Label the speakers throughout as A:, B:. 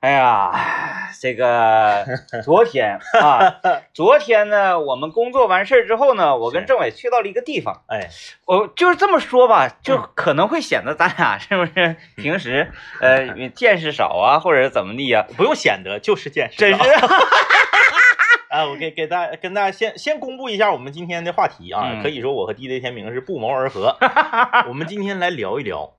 A: 哎呀，这 个昨天啊，昨天呢，我们工作完事儿之后呢，我跟
B: 是
A: 政委去到了一个地方。
B: 哎，
A: 我就是这么说吧，就
B: 嗯
A: 可能会显得咱俩是不是平时 呃见识少啊，或者是怎么地呀、
B: 不用显得，就是见识。
A: 真是
B: 啊，我给给大跟大家先先公布一下我们今天的话题啊，
A: 嗯
B: 可以说我和 DJ 天明是不谋 而合。我们今天来聊一聊，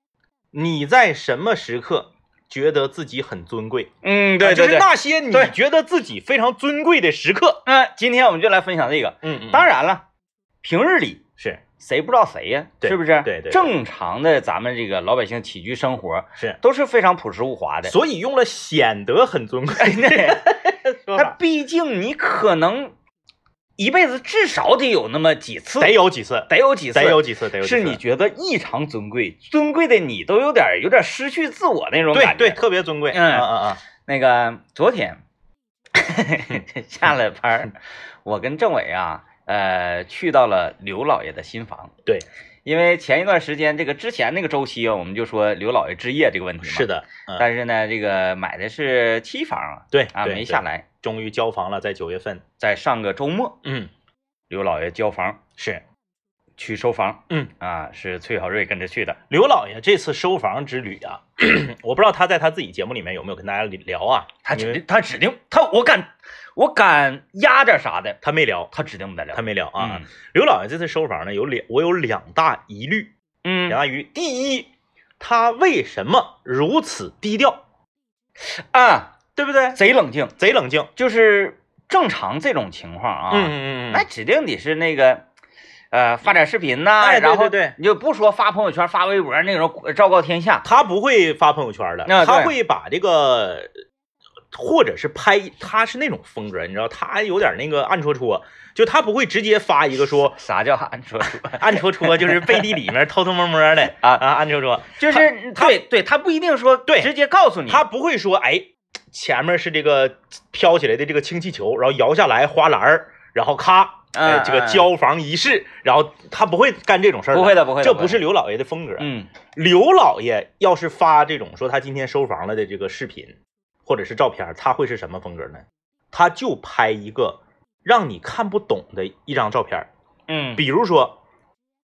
B: 你在什么时刻觉得自己很尊贵？啊
A: 嗯，对
B: 就
A: 对
B: 是
A: 对。
B: 那些你
A: 对
B: 觉得自己非常尊贵的时刻。
A: 那、今天我们就来分享这个。
B: 嗯
A: 当然了，平日里
B: 是
A: 谁不知道谁呀、
B: 对
A: 是不是？
B: 对对对
A: 正常的咱们这个老百姓起居生活
B: 是，
A: 都是非常朴实无华的。
B: 所以用了显得很尊贵
A: 哎，对。
B: 的说
A: 那
B: 法，
A: 毕竟你可能一辈子至少得有那么几次，
B: 得有几次，
A: 得有几次，
B: 得有几次，得有几次
A: 是你觉得异常尊贵，尊贵的你都有点有点失去自我那种
B: 对
A: 感觉。
B: 对，特别尊贵。
A: 嗯
B: 嗯嗯
A: 那个昨天 下了班 儿，我跟政委啊，呃，去到了刘老爷的新房。
B: 对，
A: 因为前一段时间这个之前那个周期啊，我们就说刘老爷置业这个问题
B: 嗯，
A: 嘛。
B: 是。的，嗯，
A: 但是呢，这个买的是期房啊，
B: 对
A: 啊
B: 对
A: 没
B: 对
A: 下来，
B: 终于交房了，在九月份。
A: 在上个周末
B: 嗯，
A: 刘老爷交房
B: 是
A: 去收房，
B: 嗯
A: 啊，是崔小瑞跟着去的，
B: 刘老爷这次收房之旅啊，我不知道他在他自己节目里面有没有跟大家聊啊，
A: 他
B: 因
A: 指
B: 为
A: 定他指定他我敢我敢压点啥的，
B: 他没聊，
A: 他指定不得了
B: 他没聊啊。
A: 嗯
B: 刘老爷这次收房呢，有两我有两大疑虑，
A: 嗯
B: 两大疑虑。第一，他为什么如此低调，
A: 啊，
B: 对不对？
A: 贼冷静，
B: 贼冷静。
A: 就是正常这种情况啊，
B: 嗯嗯嗯
A: 那
B: 嗯，
A: 指定得是那个呃发点视频呐、
B: 哎对
A: 然后
B: 对对
A: 你就不说发朋友圈、发微博那种昭告天下，
B: 他不会发朋友圈的，
A: 啊对
B: 他会把这个。或者是拍，他是那种风格，你知道，他有点那个暗戳戳，就他不会直接发一个说
A: 啥叫暗戳戳？
B: 暗戳戳就是背地里面偷偷摸摸的
A: 啊
B: 啊，暗戳戳，
A: 就是
B: 他
A: 对对，他不一定说
B: 对
A: 直接告诉你，
B: 他不会说哎，前面是这个飘起来的这个氢气球，然后摇下来花篮儿，然后咔，
A: 嗯
B: 哎，这个
A: 嗯
B: 交房仪式，然后他不会干这种事儿，
A: 不会，的不会的，
B: 这
A: 会
B: 不
A: 的
B: 是刘老爷的风格。
A: 嗯
B: 刘老爷要是发这种说他今天收房了的这个视频或者是照片，他会是什么风格呢？他就拍一个让你看不懂的一张照片，
A: 嗯
B: 比如说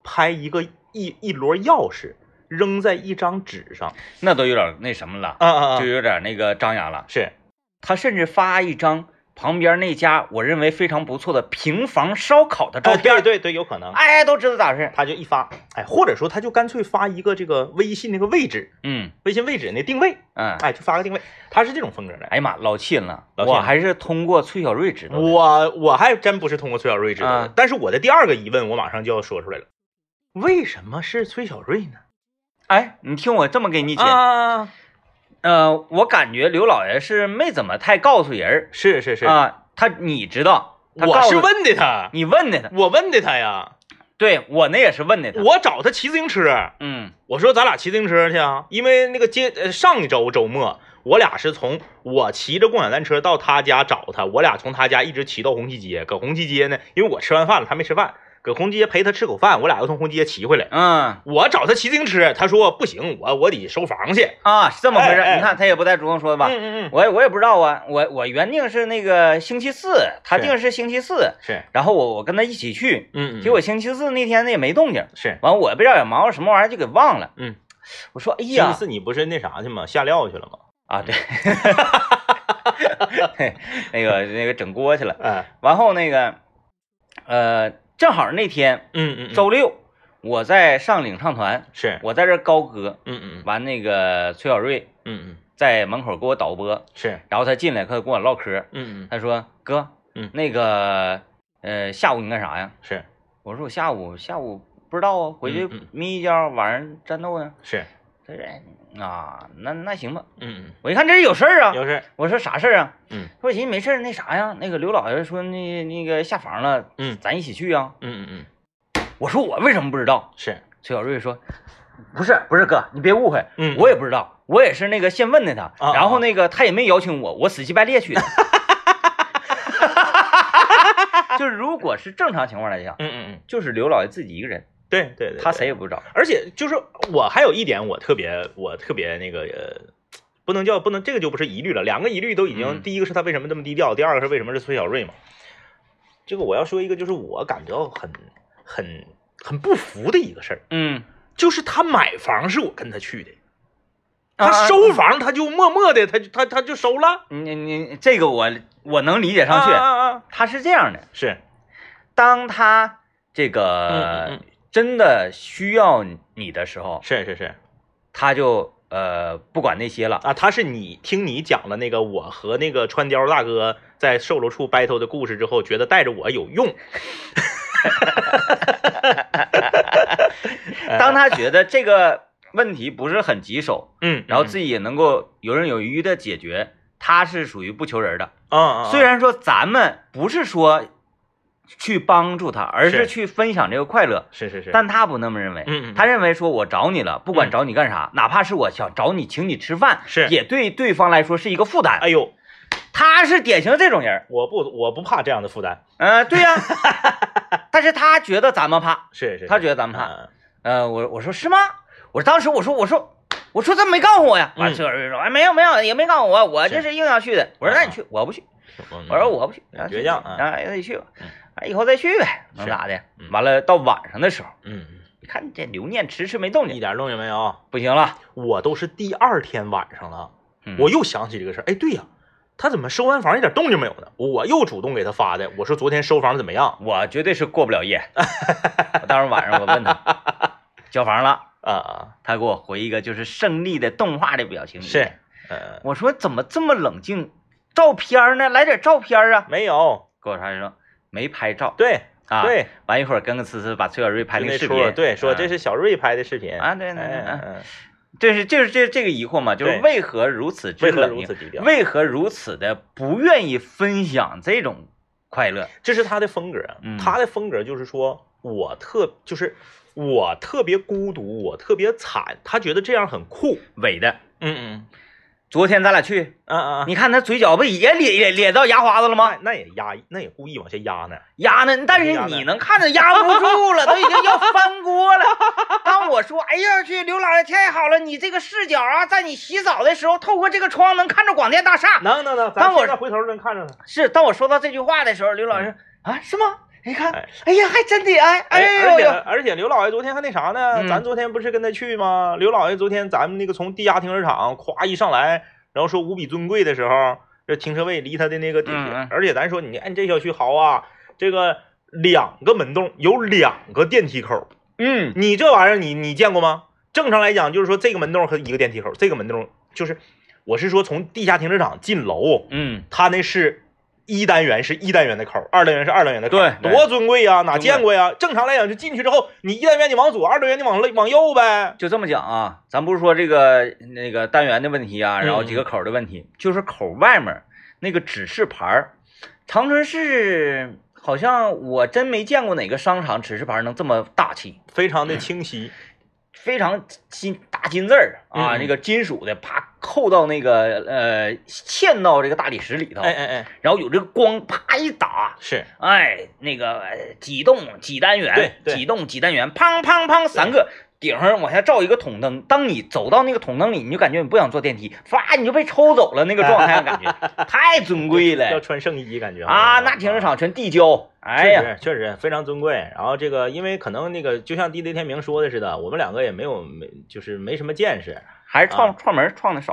B: 拍一个一一摞钥匙扔在一张纸上，
A: 那都有点那什么了，
B: 啊啊
A: 就有点那个张扬了。
B: 是
A: 他甚至发一张旁边那家我认为非常不错的平房烧烤的照片
B: 照片，
A: 儿，
B: 哦对对，有可能，
A: 哎，都知道咋回事。
B: 他就一发，哎，或者说他就干脆发一个这个微信那个位置，
A: 嗯
B: 微信位置那定位，
A: 嗯，
B: 哎，就发个定位，他是这种风格的。
A: 哎呀妈，老气人了，
B: 老气嗯
A: 我
B: 人
A: 还是通过崔小瑞知道的。
B: 我我还真不是通过崔小瑞知道的，
A: 啊
B: 但是我的第二个疑问我马上就要说出来了，为什么是崔小瑞呢？
A: 哎，你听我这么给你解，
B: 啊，
A: 呃，我感觉刘老爷是没怎么太告诉人
B: 是是是，
A: 儿啊，他你知道，他
B: 我
A: 告
B: 是
A: 诉
B: 问的他，
A: 你问的他，
B: 我问的他呀，
A: 对我那也是问的他。
B: 我找他骑自行车。
A: 嗯
B: 我说咱俩骑自行车去啊，因为那个接呃上一周周末，我俩是从我骑着共享单车到他家找他，我俩从他家一直骑到红旗街，搁红旗街呢，因为我吃完饭了，他没吃饭，搁红旗街陪他吃口饭，我俩又从红旗街骑回来。
A: 嗯
B: 我找他骑自行车，他说不行，我我得收房去。
A: 啊，是这么回事儿。
B: 哎哎
A: 你看他也不带主动说的吧？
B: 嗯嗯，
A: 我也我也不知道啊，我我原定是那个星期四，他定是星期四，
B: 是，
A: 然后我我跟他一起去，
B: 嗯嗯，
A: 结果星期四那天呢也没动静，
B: 是
A: 完我也不知道也忙活什么玩意儿就给忘了。
B: 嗯，
A: 我说哎
B: 星期
A: 呀
B: 四你不是那啥去吗？下料去了吗？
A: 啊对， 那个那个整锅去了，
B: 哎，
A: 完后那个呃正好那天
B: 嗯嗯，哎
A: 周六我在上领唱团，
B: 是，
A: 我在这儿高歌，
B: 嗯嗯
A: 完那个崔小瑞
B: 嗯嗯
A: 在门口给我导播，
B: 是，
A: 然后他进来他跟我唠嗑，
B: 嗯嗯
A: 他说：“哥，
B: 嗯
A: 那个，呃，下午你干啥呀
B: 是？”
A: 我说：“我下午下午不知道啊，回去
B: 嗯嗯
A: 眯一觉，晚上战斗呢。
B: 是，
A: 他说：“啊，那那行吧。
B: 嗯”
A: 我一看这是有事儿
B: 嗯，
A: 啊，
B: 有事，
A: 我说啥事儿啊？
B: 嗯
A: 说我寻思没事儿，那啥呀，那个刘老爷说那那个下房了，
B: 嗯
A: 咱一起去啊。
B: 嗯嗯嗯
A: 我说我为什么不知道？
B: 是，
A: 崔小瑞说：“不是不是哥，你别误会，
B: 嗯
A: 我也不知道，我也是那个先问的他，
B: 啊
A: 然后那个他也没邀请我，我死乞白赖去的。 就是如果是正常情况来讲，
B: 嗯嗯嗯。
A: 就是刘老爷自己一个人，
B: 对对对，
A: 他
B: 对
A: 谁也不知道。
B: 而且就是我还有一点，我特别我特别那个呃不能叫不能，这个就不是疑虑了。两个疑虑都已经，
A: 嗯
B: 第一个是他为什么这么低调，第二个是为什么是崔小瑞嘛。这个我要说一个，就是我感觉到很很很不服的一个事儿，
A: 嗯，
B: 就是他买房是我跟他去的，
A: 啊
B: 他收房他就默默的，他就他他就收了
A: 你你这个我我能理解上
B: 啊
A: 去，
B: 啊啊，
A: 他是这样的，
B: 是，
A: 当他这
B: 嗯嗯
A: 个
B: 嗯
A: 真的需要你的时候，
B: 是是是
A: 他就呃不管那些了。
B: 啊，他是你听你讲了那个我和那个川雕大哥在售楼处 battle 的故事之后，觉得带着我有用，哎
A: 当他觉得这个问题不是很棘手，
B: 嗯，
A: 然后自
B: 己
A: 己也能够游刃有余的解决，他是属于不求人的。
B: 啊啊，
A: 虽然说咱们不是说去帮助他，而
B: 是
A: 是去分享这个快乐，
B: 是是是，
A: 但他不那么认为。
B: 嗯嗯嗯
A: 他认为说我找你了，不管
B: 嗯
A: 找你干啥，哪怕是我想找你请你吃饭，
B: 是
A: 也对对方来说是一个负担。
B: 哎呦，
A: 他是典型这种人，
B: 我不我不怕这样的负担，
A: 呃，对 呀、但是他觉得咱们怕，
B: 是是，嗯
A: 他觉得咱
B: 得
A: 们怕。呃，我我说是吗？我当时我说我说我说他没告诉我呀。完，
B: 嗯
A: 崔老师说哎没有没有也没告诉我，我
B: 是
A: 这是硬要去的。我说
B: 啊
A: 那你去，我不去。
B: 嗯，
A: 我说我不去，
B: 嗯倔强啊
A: 啊，哎自己去吧
B: 嗯，
A: 啊以后再去呗，能
B: 是
A: 咋的
B: 嗯？
A: 完了到晚上的时候，
B: 嗯，
A: 你看这刘念迟迟没动
B: 一
A: 静，
B: 点动静没有，
A: 不行了，
B: 我都是第二天晚上了，
A: 嗯
B: 我又想起这个事儿，哎，对呀、他怎么收完房一点动静没有呢？我又主动给他发的，我说昨天收房怎么样？
A: 我绝对是过不了 夜。我当时晚上我问他交房了，
B: 啊啊，
A: 他给我回一个就是胜利的动画的表情，
B: 是，呃，
A: 我说怎么这么冷静？照片呢？来点照片啊！
B: 没有，
A: 给我传说没拍照
B: 对
A: 啊，，
B: 对，
A: 完一会儿跟个思思把崔小瑞拍
B: 就
A: 那
B: 那
A: 个视
B: 出儿
A: 频，
B: 对，说
A: 啊
B: 这是小瑞拍的视频
A: 啊对对对
B: 哎
A: 嗯
B: 嗯
A: 这是这是这这个疑惑嘛，就是
B: 对
A: 为何如此之
B: 为何
A: 冷
B: 如
A: 静
B: 此？低调？
A: 为何如此的不愿意分享这种快乐？
B: 这是他的风格，
A: 嗯
B: 他的风格就是说我特就是我特别孤独，我特别惨，他觉得这样很酷，
A: 伪的，
B: 嗯嗯
A: 昨天咱俩去，
B: 啊啊，
A: 嗯你看他嘴角不也咧咧咧到牙花子了
B: 那
A: 吗？
B: 那也压抑，那也故意往下压呢，
A: 压呢，但是
B: 压呢
A: 你能看着压不住了，都已经要翻锅了。当我说，哎呀去，刘老爷太好了，你这个视角啊，在你洗澡的时候，透过这个窗能看着广电大厦。
B: 能能能，咱
A: 当我
B: 现在回头就能看着他，
A: 是，当我说到这句话的时候，刘老师说啊，是吗？你看
B: 哎，
A: 哎呀，还真的，哎，哎
B: 而
A: 呦
B: 且
A: 呦，
B: 而且刘老爷昨天还那啥呢？
A: 嗯
B: 咱昨天不是跟他去吗？刘老爷昨天咱们那个从地下停车场咵一上来，然后说无比尊贵的时候，这停车位离他的那个地铁，
A: 嗯嗯
B: 而且咱说你按这小区好啊，这个两个门洞有两个电梯口，
A: 嗯，
B: 你这玩意儿你你见过吗？正常来讲就是说这个门洞和一个电梯口，这个门洞就是我是说从地下停车场进楼，
A: 嗯，
B: 他那是一单元是一单元的口，二单元是二单元的口，
A: 对对
B: 多尊贵呀、哪
A: 贵
B: 见过呀？正常来讲，就进去之后，你一单元你往左，二单元你往往右呗。
A: 就这么讲啊，咱不是说这个那个单元的问题啊，
B: 嗯
A: 然后几个口的问题，就是口外面那个指示牌儿，长春市好像我真没见过哪个商场指示牌能这么大气，
B: 非常
A: 嗯
B: 的清晰，
A: 非常金大金字儿啊，
B: 嗯嗯
A: 那个金属的，啪扣到那个呃嵌到这个大理石里头，
B: 哎哎哎，
A: 然后有这个光啪一打，
B: 是
A: 哎，那个呃几栋几单元，
B: 对对
A: 几栋几单元，砰砰砰，三个顶上往下照一个筒灯。当你走到那个筒灯里，你就感觉你不想坐电梯，唰你就被抽走了那个状态，啊 感觉太尊贵
B: 要
A: 了
B: 穿圣衣感觉
A: 啊！那停车。场全地胶，哎
B: 确
A: 呀，
B: 实，确实非常尊贵。然后这个，因为可能那个，就像 DJ 天明说的似的，我们两个也没有没，就是没什么见识。
A: 还是创创门创的少，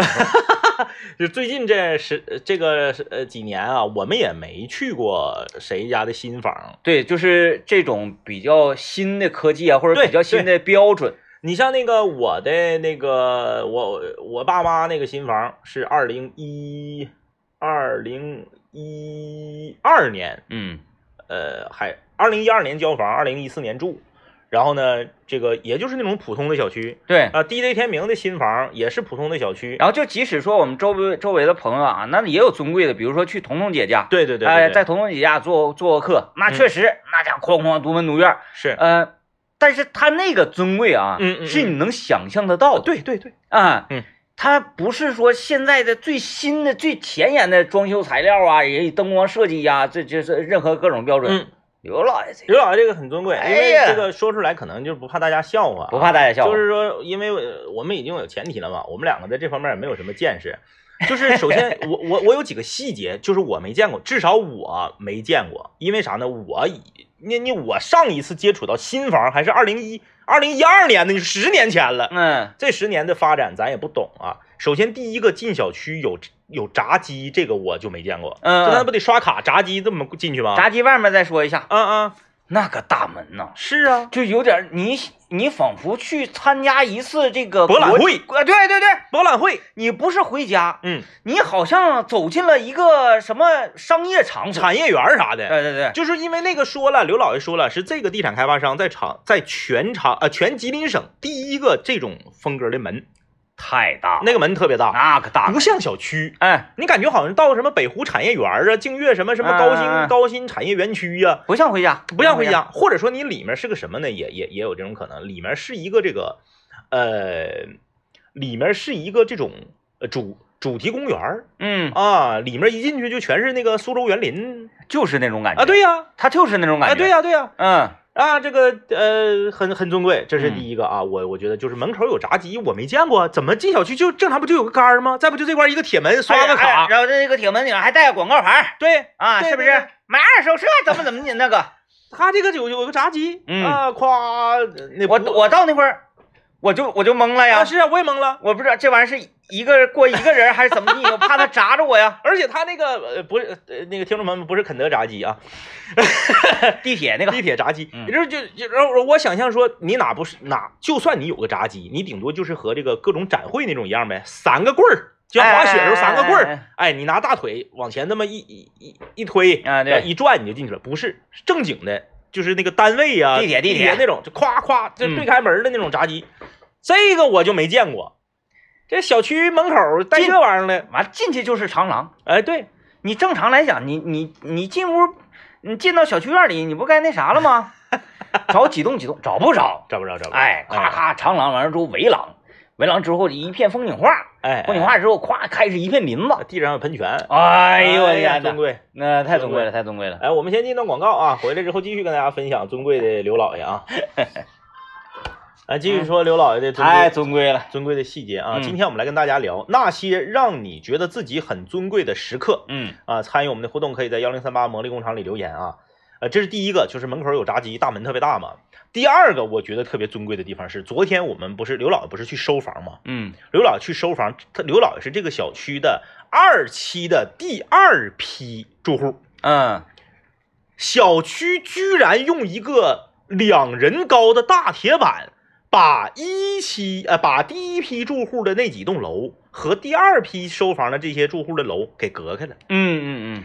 B: 就最近这十呃这个呃几年啊，我们也没去过谁家的新房，
A: 对，就是这种比较新的科技啊，或者
B: 对
A: 比较新的标准，
B: 你像那个我的那个我我爸妈那个新房是二零一二零一二年，
A: 嗯
B: 呃，还二零一二年交房，二零一四年住。然后呢，这个也就是那种普通的小区
A: 对。
B: 啊，DJ 天明的新房也是普通的小区。啊
A: 然后就即使说我们周围周围的朋友啊，那也有尊贵的，比如说去彤彤姐家，
B: 对对对，
A: 哎，
B: 对
A: 在彤彤姐家做做过客，那
B: 嗯
A: 确实，那家哐哐独门独院儿，
B: 是，
A: 呃，但是他那个尊贵啊，
B: 嗯嗯嗯
A: 是你能想象得到的，
B: 对对对，
A: 啊，
B: 嗯，
A: 他不是说现在的最新的、最前沿的装修材料啊，也灯光设计呀、这这这任何各种标准，
B: 嗯，
A: 刘老爷这个
B: 刘老爷这个很尊贵，因
A: 哎
B: 为
A: 呀
B: 这个说出来可能就不怕大家笑话啊，
A: 不怕大家笑话，
B: 就是说，因为呃我们已经有前提了嘛，我们两个在这方面也没有什么见识。就是首先， 我我我有几个细节，就是我没见过，至少我没见过。因为啥呢？我以你你我上一次接触到新房还是二零一二零一二年的，十年前了。
A: 嗯
B: 这十年的发展咱也不懂啊。首先第一个进小区有有闸机，这个我就没见过。
A: 嗯
B: 就咱不得刷卡闸机这么进去吗？
A: 闸机外面再说一下，
B: 嗯嗯，
A: 那个大门呐，
B: 是啊，
A: 就有点你你仿佛去参加一次这个
B: 博览
A: 国
B: 会
A: 啊，对对对，
B: 博览会，
A: 你不是回家，
B: 嗯，
A: 你好像走进了一个什么商业场所，
B: 产业园啥的。
A: 对对对，
B: 就是因为那个说了，刘老爷说了，是这个地产开发商在长在全长呃全吉林省第一个这种风格的门，
A: 太大了，
B: 那个门特别大，
A: 那个大
B: 不，像小区，
A: 哎，
B: 你感觉好像到什么北湖产业园啊、净月什么什么高新、
A: 嗯嗯嗯
B: 高新产业园区呀、
A: 不像回家，
B: 啊不像回，家，或者说你里面是个什么呢？也也也有这种可能，里面是一个这个，呃，里面是一个这种呃主主题公园儿
A: 嗯，
B: 啊，里面一进去就全是那个苏州园林
A: 就是那种感觉
B: 啊，，对呀、
A: 他就是那种感
B: 啊，
A: 觉，
B: 对呀、对呀、
A: 嗯，
B: 啊，这个呃，很很尊贵，这是
A: 嗯
B: 第一个啊，我我觉得就是门口有闸机，我没见过，怎么进小区就正常不就有个杆儿吗？再不就这块儿一个铁门刷个
A: 哎
B: 卡，
A: 哎然后这个铁门顶上还带个广告牌儿
B: 对，
A: 啊，
B: 对
A: 是不
B: 对对
A: 是买二手车怎么怎么的那个？
B: 他这个有有个闸机，
A: 嗯
B: 啊，咵，那
A: 我
B: 不
A: 我到那块儿，我就我就懵了呀
B: 啊，是啊，我也懵了，
A: 我不知道这玩意儿是一个过一个人还是怎么地，我怕他砸着我呀。
B: 而且他那个呃不是呃那个听众朋友们不是肯德闸机啊，
A: 地铁那个，
B: 地铁闸机，
A: 嗯
B: 也就是就就然后我想象说你哪不是哪，就算你有个闸机，你顶多就是和这个各种展会那种一样呗，三个棍儿。就像滑雪的时候三个棍儿，
A: 哎哎哎
B: 哎，你拿大腿往前那么一一一一推，
A: 啊对
B: 然后一转你就进去了，不是是正经的，就是那个单位呀、
A: 地铁
B: 地
A: 地铁
B: 那种，就夸夸就
A: 嗯
B: 对开门的那种闸机，这个我就没见过。这小区门口带
A: 进
B: 这玩意儿的，
A: 完了进去就是长廊。
B: 哎，对，
A: 你正常来讲，你你你进屋，你进到小区院里，你不该那啥了吗？找几栋几栋，找不着。
B: 找不着，找啊不着，
A: 哎，咔咔，长廊完了之后围廊，围廊之后一片风景画，
B: 哎，
A: 风景画之后咵开始一片林子。
B: 地上有喷泉，
A: 哎呦我的
B: 呀，
A: 天
B: 尊
A: 哪，
B: 贵。
A: 那太尊贵了，太尊贵了。
B: 哎，我们先进段广告啊，回来之后继续跟大家分享尊贵的刘老爷啊。来，继续说刘老爷的尊
A: 太
B: 贵、
A: 尊贵了。
B: 尊贵的细节啊。
A: 哎嗯
B: 今天我们来跟大家聊那些让你觉得自己很尊贵的时刻
A: 嗯
B: 啊。参与我们的互动，可以在幺零三八魔力工厂里留言啊。呃，这是第一个，就是门口有闸机，大门特别大嘛。第二个，我觉得特别尊贵的地方是，昨天我们不是刘老爷不是去收房嘛？
A: 嗯，
B: 刘老爷去收房，他刘老爷是这个小区的二期的第二批住户。
A: 嗯，
B: 小区居然用一个两人高的大铁板，把一期呃把第一批住户的那几栋楼和第二批收房的这些住户的楼给隔开了，
A: 嗯嗯嗯，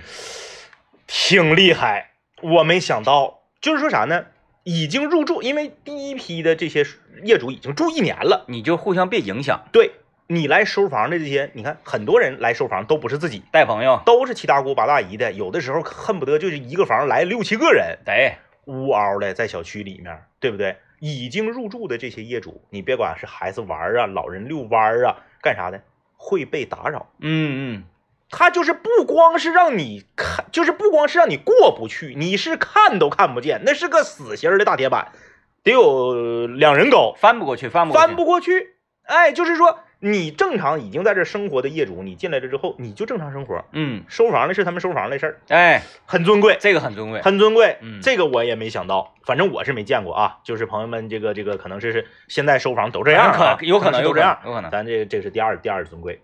B: 挺厉害。我没想到，就是说啥呢？已经入住，因为第一批的这些业主已经住一年了。
A: 你就互相别影响，
B: 对你来收房的这些，你看很多人来收房都不是自己，
A: 带朋友，
B: 都是七大姑八大姨的，有的时候恨不得就是一个房来六七个人。
A: 得，
B: 乌嗷的在小区里面，对不对？已经入住的这些业主，你别管是孩子玩啊、老人遛弯儿啊，干啥的，会被打扰。
A: 嗯嗯，
B: 他就是不光是让你看，就是不光是让你过不去，你是看都看不见，那是个死形儿的大铁板，得有两人高，
A: 翻不过去，翻不过去
B: 翻不过去。哎，就是说你正常已经在这生活的业主，你进来了之后，你就正常生活。
A: 嗯，
B: 收房的是他们收房的事儿，
A: 哎，
B: 很尊贵。
A: 这个很尊贵，
B: 很尊贵，
A: 嗯
B: 这个我也没想到，反正我是没见过啊。就是朋友们，这个这个可能是是现在收房都这样、啊，
A: 可有可能
B: 都
A: 有
B: 这样。
A: 有可能，
B: 咱这这是第二第二尊贵，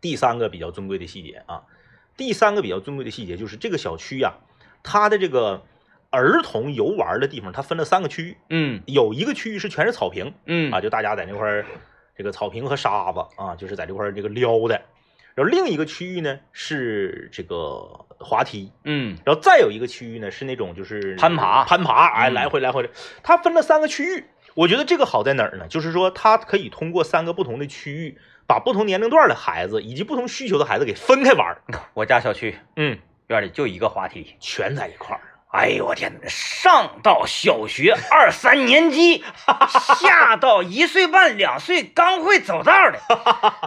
B: 第三个比较尊贵的细节啊，第三个比较尊贵的细节就是这个小区呀、它的这个儿童游玩的地方，它分了三个区域，
A: 嗯
B: 有一个区域是全是草坪，
A: 嗯
B: 啊，就大家在那块儿这个草坪和沙子啊，就是在这块儿这个撩的。然后另一个区域呢是这个滑梯，
A: 嗯
B: 然后再有一个区域呢是那种就是
A: 攀爬
B: 攀爬，哎，
A: 嗯
B: 来回来回的。它分了三个区域，我觉得这个好在哪儿呢？就是说它可以通过三个不同的区域，把不同年龄段的孩子以及不同需求的孩子给分开玩儿，
A: 我家小区
B: 嗯，
A: 院里就一个滑梯，
B: 全在一块儿。
A: 哎呦我天，上到小学二三年级，下到一岁半两岁刚会走道的，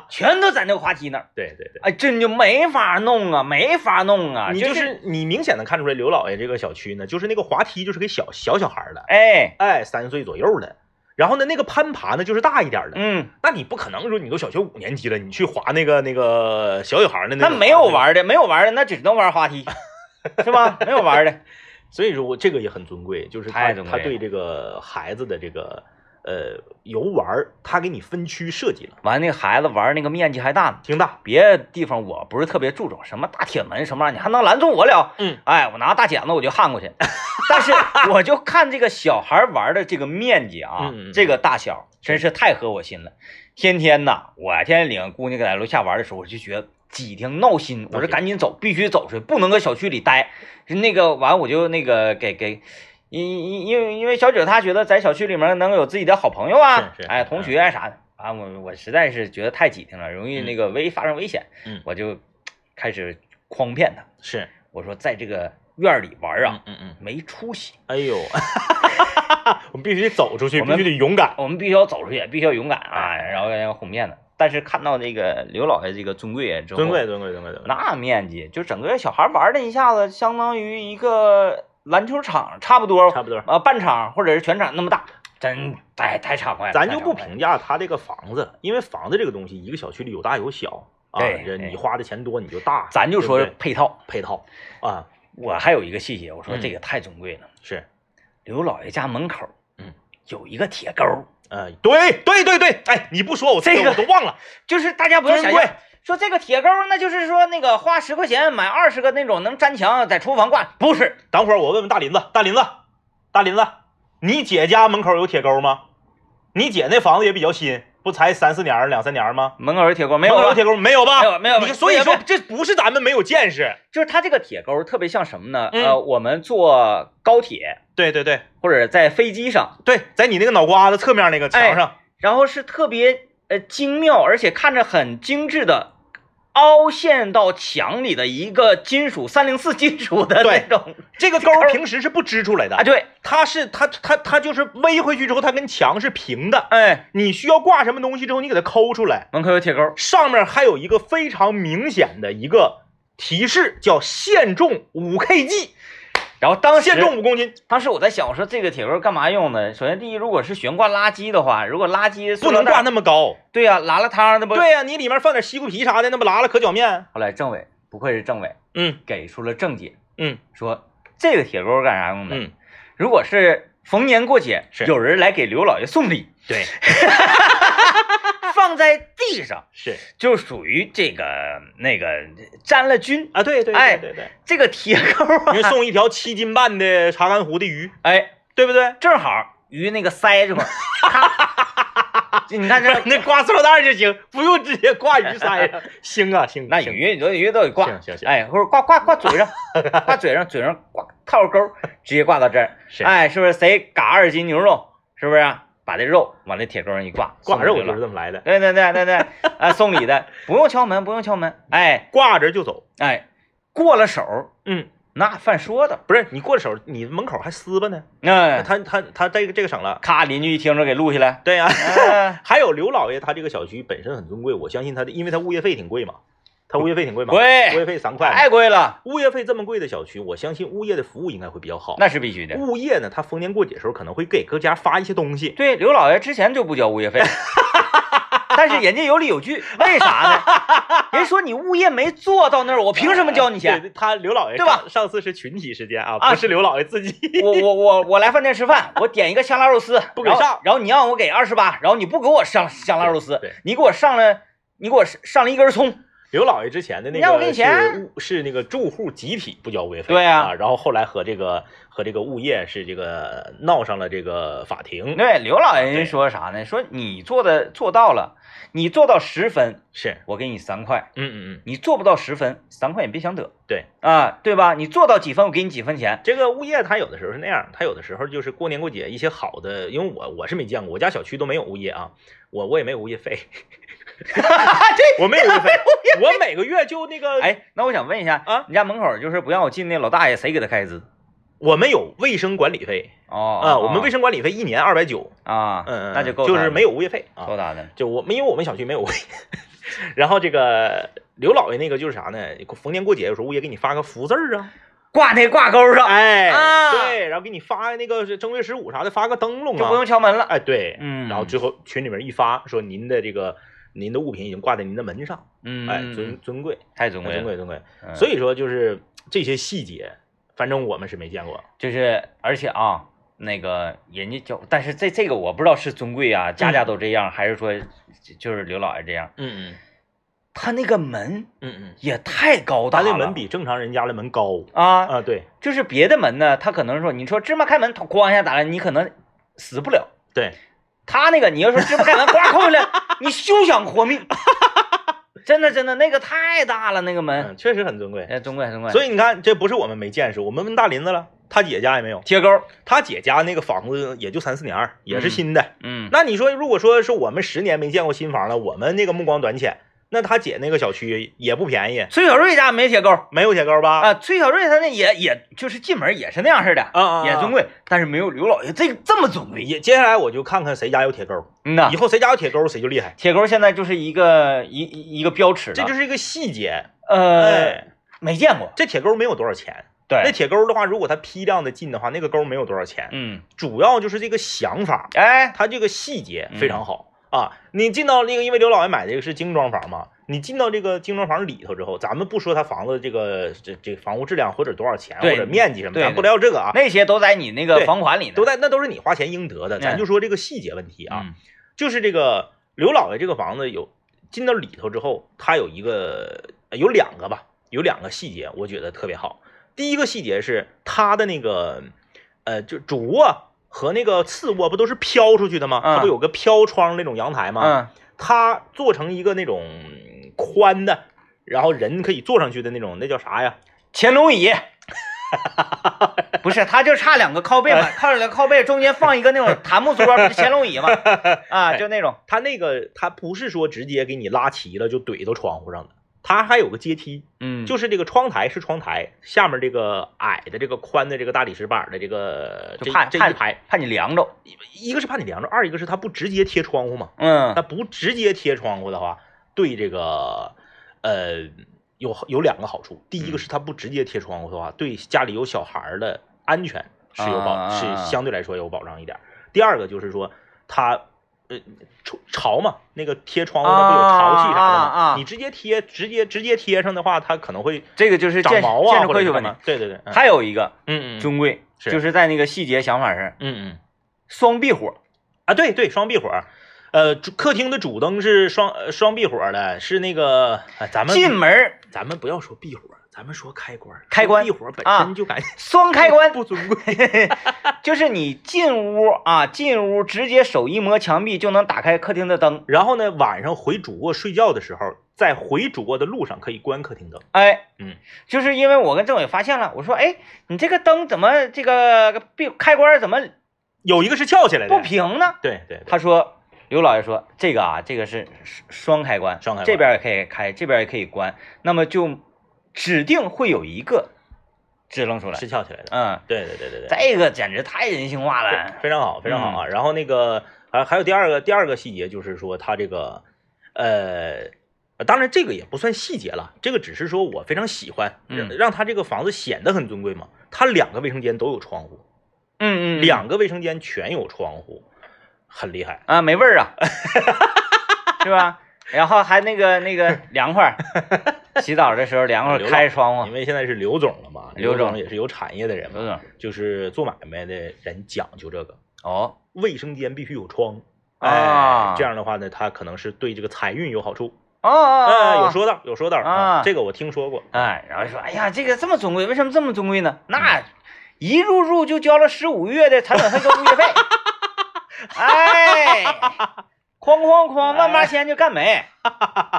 A: 全都在那个滑梯那儿。
B: 对对对，
A: 哎，这你就没法弄啊，没法弄啊，
B: 你
A: 就
B: 就是你明显的看出来刘老爷这个小区呢，就是那个滑梯就是给小小小孩儿的，
A: 哎，
B: 哎，三岁左右的，然后呢那个攀爬呢就是大一点儿的。
A: 嗯，
B: 那你不可能说你都小学五年级了，你去滑那个那个小小孩儿的
A: 那
B: 种
A: 没有
B: 滑
A: 玩的，没有玩的，那只能玩滑梯，是吧？没有玩的，
B: 梯，所以说我这个也很尊贵，就是他
A: 太尊贵
B: 他
A: 了
B: 对这个孩子的这个呃游玩儿，他给你分区设计了，
A: 完那孩子玩那个面积还大呢。
B: 挺大。
A: 别的地方我不是特别注重，什么大铁门什么玩意儿，你还能拦住我了？
B: 嗯，
A: 哎，我拿大剪子我就焊过去，但 是我就看这个小孩玩的这个面积啊，
B: 嗯嗯嗯
A: 这个大小真是太合我心了。天天呐，我天天领姑娘在楼下玩的时候，我就觉得挤挺闹心，我说
B: 闹心
A: 赶紧走，必须走出去，不能搁小区里待。那个完我就那个给给。因因因为因为小九她觉得在小区里面能有自己的好朋友啊，
B: 是是嗯
A: 哎，同学啊啥的啊，我我实在是觉得太挤挺了，容易那个危发生危险，
B: 嗯
A: 我就开始诓骗他，
B: 是
A: 我说在这个院儿里玩儿啊、
B: 嗯嗯，
A: 没出息，
B: 哎呦，我们必须得走出去，
A: 我们
B: 必须得勇敢。
A: 我们必须要走出去，必须要勇敢啊，
B: 哎
A: 然后要哄骗他。但是看到这个刘老爷这个尊贵啊之后，
B: 尊贵，尊贵，尊贵，尊贵。
A: 那面积就整个小孩玩的一下子相当于一个篮球场差不多，
B: 差不多。
A: 呃半场或者是全场那么大，真太太畅快了，
B: 咱就
A: 太畅
B: 不
A: 快了
B: 评价他这个房子，因为房子这个东西，一个小区里有大有小啊。
A: 对
B: 人
A: 对
B: 你花的钱多，你就大。
A: 咱就说
B: 对不对
A: 配套。
B: 配套啊，
A: 我还有一个细节，我说
B: 嗯
A: 这个太珍贵了。
B: 是，
A: 刘老爷家门口，
B: 嗯，
A: 有一个铁钩，
B: 呃，对对对对，哎，你不说我
A: 这个
B: 我都忘了。
A: 就是大家不要
B: 尊
A: 想
B: 贵
A: 象说这个铁钩，那就是说那个花十块钱买二十个那种能粘墙，在厨房挂，不是
B: 等会儿我问问大林子，大林子，大林子，你姐家门口有铁钩吗？你姐那房子也比较新，不才三四年儿、两三年儿吗？
A: 门口有铁钩，没
B: 门
A: 有
B: 口
A: 吧
B: 有铁钩没有吧？
A: 没有没有
B: 你
A: 没有
B: 所以
A: 没
B: 说
A: 有
B: 这不是咱们没有见识。
A: 就是它这个铁钩特别像什么呢？
B: 嗯
A: 呃，我们坐高铁
B: 对对对
A: 或者在飞机上，
B: 对，在你那个脑瓜子侧面那个
A: 哎
B: 墙上，
A: 然后是特别呃精妙，而且看着很精致的。凹陷到墙里的一个金属三零四金属的那
B: 对
A: 种
B: 这个钩
A: 这钩
B: 平时是不支出来的
A: 啊，，对，
B: 它是它它它就是微回去之后，它跟墙是平的。
A: 哎，
B: 你需要挂什么东西之后，你给它抠出来，
A: 门口有铁钩，
B: 上面还有一个非常明显的一个提示，叫限重五 kg，
A: 然后当时
B: 限重五公斤，
A: 当时我在想，我说这个铁钩干嘛用呢？首先，第一，如果是悬挂垃圾的话，如果垃圾
B: 不能挂，那么高。
A: 对呀、拉了汤那不。
B: 对呀、你里面放点西瓜皮啥的，那不拉了可脚面？
A: 后来政委不愧是政委，
B: 嗯
A: 给出了正解，
B: 嗯
A: 说这个铁钩干啥用的？
B: 嗯，
A: 如果是逢年过节
B: 是
A: 有人来给刘老爷送 礼，
B: 对，
A: 放在地上
B: 是
A: 就属于这个那个沾了菌。
B: 啊，对对
A: 哎
B: 对对对，
A: 这个铁钩
B: 因为
A: 啊，
B: 送一条七斤半的查干湖的鱼，
A: 哎，
B: 对不对？
A: 正好于那个腮这块儿，咔你看
B: 不是
A: 这
B: 那挂塑料袋就行，不用直接挂鱼鳃上。 行啊，行，
A: 那
B: 行
A: 鱼，你说鱼都得挂，
B: 行行行
A: 哎，或者挂挂挂嘴上，挂嘴上，嘴上挂套钩，直接挂到这儿，
B: 是
A: 哎，是不是？谁嘎二斤牛肉，是不是、把这肉往那铁钩上一挂，
B: 挂肉
A: 送礼
B: 就是
A: 了。
B: 这么来的，
A: 对对对对对，啊，送礼的不用敲门，不用敲门，哎
B: 挂着就走。
A: 哎，过了手
B: 嗯，
A: 那犯说道，
B: 不是你过手，你门口还撕巴呢。
A: 那、
B: 他他他这个这个省了。
A: 咔邻居一听着给录下来，
B: 对呀、啊
A: 哎
B: 还有刘老爷他这个小区本身很尊贵，我相信他的，因为他物业费挺贵嘛，他物业费挺贵哎嘛，物业
A: 贵，
B: 费三块嘛，
A: 太贵了，
B: 物业费这么贵的小区，我相信物业的服务应该会比较好。
A: 那是必须的。
B: 物业呢，他逢年过节的时候可能会给各家发一些 东西，
A: 对，刘老爷之前就不交物 业费，但是人家有理有据，为啥 呢？人说你物业没做到那儿，我凭什么交你钱？
B: 对？他刘老爷
A: 对吧
B: 上？上次是群体事件啊，
A: 啊
B: 不是刘老爷 自己。
A: 我我我我来饭店吃饭，我点一个香辣肉 丝，
B: 不给
A: 然后
B: 上
A: 然后你让我给二十八，然后你不给我上香辣肉丝
B: 对对，
A: 你给我上了，你给我上上了一根葱，
B: 刘老爷之前的那
A: 你让我
B: 个
A: 给你
B: 是
A: 钱啊
B: 物是那个住户集体不交物业费，
A: 对啊
B: 啊，然后后来和这个和这个物业是这个闹上了这个法庭，
A: 对，刘老爷
B: 对
A: 人说啥呢？说你做的做到了，你做到十分，
B: 是，
A: 我给你三块；
B: 嗯嗯嗯，
A: 你做不到十分，三块也别想得
B: 对。
A: 啊，对吧？你做到几分，我给你几分钱。
B: 这个物业它有的时候是那样，它有的时候就是过年过节一些好的，因为我我是没见过，我家小区都没有物业啊，我我也没有物 业费，啊我没有物 业费，我每个月就那个，
A: 哎，那我想问一下
B: 哎啊
A: 你家门口就是不让我进那老大爷，谁给他开支？
B: 我们有卫生管理费
A: 哦
B: 啊，我们卫
A: 什
B: 生管理费一年二百九，
A: 么啊？
B: 嗯，
A: 那就够
B: 就
A: 他
B: 是
A: 的
B: 没有物业费啊，
A: 够大的
B: 就我们因为我们小区没有物业， 然后这个刘老爷那个就是啥呢？逢年过节有时候物业给你发个福字儿啊，
A: 挂那挂钩上，
B: 哎，
A: 啊
B: 对，然后给你发那个是正月十五啥的发个灯笼啊，
A: 就不用敲门了。
B: 哎对，
A: 嗯，
B: 然后最后群里面一发说您的这个您的物品已经挂在您的门上，
A: 嗯，
B: 哎，尊尊贵，
A: 太尊
B: 哎
A: 贵
B: 尊
A: 了，
B: 贵尊贵，
A: 嗯
B: 所以说就是这些细节，反正我们是没见过，
A: 就是而且啊，那个人家叫，但是这这个我不知道是尊贵啊，家家都这样，还是说就是刘老爷这样，
B: 嗯嗯
A: 他那个门
B: 嗯嗯，
A: 也太高大
B: 他
A: 了，
B: 的门比正常人家的门高
A: 啊，
B: 啊，对
A: 就是别的门呢，他可能说你说芝麻开门，他咣一下打来，你可能死不了。
B: 对，
A: 他那个你要说芝麻开门，咣扣下来，你休想活命。 真的真的，那个太大了，那个门。
B: 嗯，确嗯实很尊贵，
A: 哎，中贵中贵，
B: 所
A: 以
B: 以你看，这不是我们没见识，我们问大林子了，他姐家也没有，
A: 贴钩，
B: 他姐家那个房子也就三四年儿，也是
A: 嗯
B: 新的。
A: 嗯，
B: 那你说，如果说是我们十年没见过新房了，我们那个目光短浅，那他姐那个小区也不便宜，
A: 崔小瑞家没贴钩
B: 没有铁钩吧？
A: 啊，崔小瑞他那也也就是进门也是那样式的，
B: 啊啊，
A: 也尊
B: 贵。
A: 贵，但是没有刘老爷这个这么尊贵。
B: 也接下来我就看看谁家有铁钩，
A: 嗯呐
B: 以，后谁家有铁钩谁就厉害，
A: 铁钩现在就是一个一一一个标尺了，
B: 这就是啊一个细节。
A: 呃
B: 哎，
A: 没见过，
B: 这铁钩没有多少钱，那
A: 对，
B: 铁钩的话，如果它批量的进的话，那个钩没有多少钱，
A: 嗯，
B: 主要就是这个想法，
A: 哎，
B: 它这个细节非常好。啊，你进到那个，因为刘老爷买这个是精装房嘛，你进到这个精装房里头之后，咱们不说它房子这个这这房屋质量或者多少钱或
A: 对
B: 者面积什么，
A: 对
B: 咱不聊这个啊，
A: 那些都在你那个
B: 对
A: 房款里呢，
B: 都在那都是你花钱应得的，咱
A: 嗯
B: 就说这个细节问题啊，
A: 嗯
B: 就是这个刘老爷这个房子有进到里头之后，他有一个呃有两个吧，有两个细节，我觉得特别好。第一个细节是他的那个呃，就主卧和那个次卧不都是飘出去的吗？
A: 嗯
B: 它不有个飘窗那种阳台吗？
A: 嗯
B: 它做成一个那种宽的，然后人可以坐上去的那种，那叫啥呀？
A: 乾隆 椅，不是，他就差两个靠背 嘛，靠着两个靠背，中间放一个那种檀木桌，不是乾隆椅 嘛，啊，就那种，
B: 它那个它不是说直接给你拉齐了就怼到窗户上的，它还有个阶梯，
A: 嗯
B: 就是这个窗台是窗台，下面这个矮的这个宽的这个大理石板的这个
A: 就
B: 这
A: 怕
B: 这
A: 怕
B: 一排，
A: 怕你凉着，
B: 一个是怕你凉着，二一个是它不直接贴窗户嘛，
A: 嗯
B: 它不直接贴窗户的话，对这个呃有有两个好处，第
A: 嗯
B: 一个是它不直接贴窗户的话，对家里有小孩儿的安全是有保
A: 啊啊啊
B: 是相对来说有保障一点儿，第二个就是说它。呃，潮潮嘛，那个贴窗户它不有潮气啥的
A: 啊啊啊
B: 吗？你直接贴，直接直接贴上的话，它可能会
A: 这个就是
B: 长
A: 建
B: 毛啊，
A: 建筑
B: 或
A: 科
B: 者是
A: 学
B: 什
A: 问题
B: 么。。对对对，嗯
A: 还有一个
B: 嗯嗯嗯
A: 尊贵，
B: 是
A: 就是在那个细节想法上，
B: 嗯嗯
A: 双壁火，
B: 啊，对对，双壁火儿，呃，主客厅的主灯是双呃双壁火儿的，是那个、哎咱们
A: 进门儿
B: 咱们不要说壁火儿，咱们说开关儿，
A: 开关
B: 说壁火儿本
A: 啊
B: 身就感觉
A: 双开关，
B: 不尊贵，
A: 就是你进屋啊，进屋直接手一摸墙壁就能打开客厅的灯，
B: 然后呢，晚上回主卧睡觉的时候，在回主卧的路上可以关客厅灯，
A: 哎，
B: 嗯，
A: 就是因为我跟政委发现了，我说，哎，你这个灯怎么这个壁开关怎么
B: 有一个是翘起来的，
A: 不平呢？
B: 对对对，
A: 他说，刘老爷说这个啊，这个是双开关，
B: 双开关
A: 这边也可以开，这边也可以关，那么就指定会有一个支棱出来
B: 是，翘起来的，
A: 嗯，
B: 对对对对对。
A: 这个简直太人性化
B: 对
A: 了，
B: 非常好，非常
A: 嗯
B: 好啊。然后那个还还有第二个第二个细节就是说它这个呃，当然这个也不算细节了，这个只是说我非常喜欢，让
A: 嗯
B: 让它这个房子显得很尊贵嘛。它两个卫生间都有窗户，
A: 嗯嗯，嗯
B: 两个卫生间全有窗户，很厉害。
A: 啊，没味儿啊， 是吧？然后还那个 那个凉快儿，洗澡的时候 凉快儿，
B: 流
A: 开窗
B: 因
A: 户，
B: 为现在是刘总了嘛，
A: 刘
B: 刘
A: 总
B: 总也是有产业的人
A: 有
B: 嘛，
A: 种
B: 就是做买卖的人讲究这个，
A: 哦，
B: 卫生间必须有窗。
A: 啊
B: 哎，这样的话呢，它可能是对这个财运有好处。
A: 哦哦
B: 哎，有
A: 哦，
B: 说道，有说道
A: 啊
B: 这个我听说过。
A: 哎，然后说，哎呀，这个这么尊贵，为什么这么尊贵呢？那一入住就交了十五个月的产品费跟物 业费，哎，哐哐哐，万八千就干 没，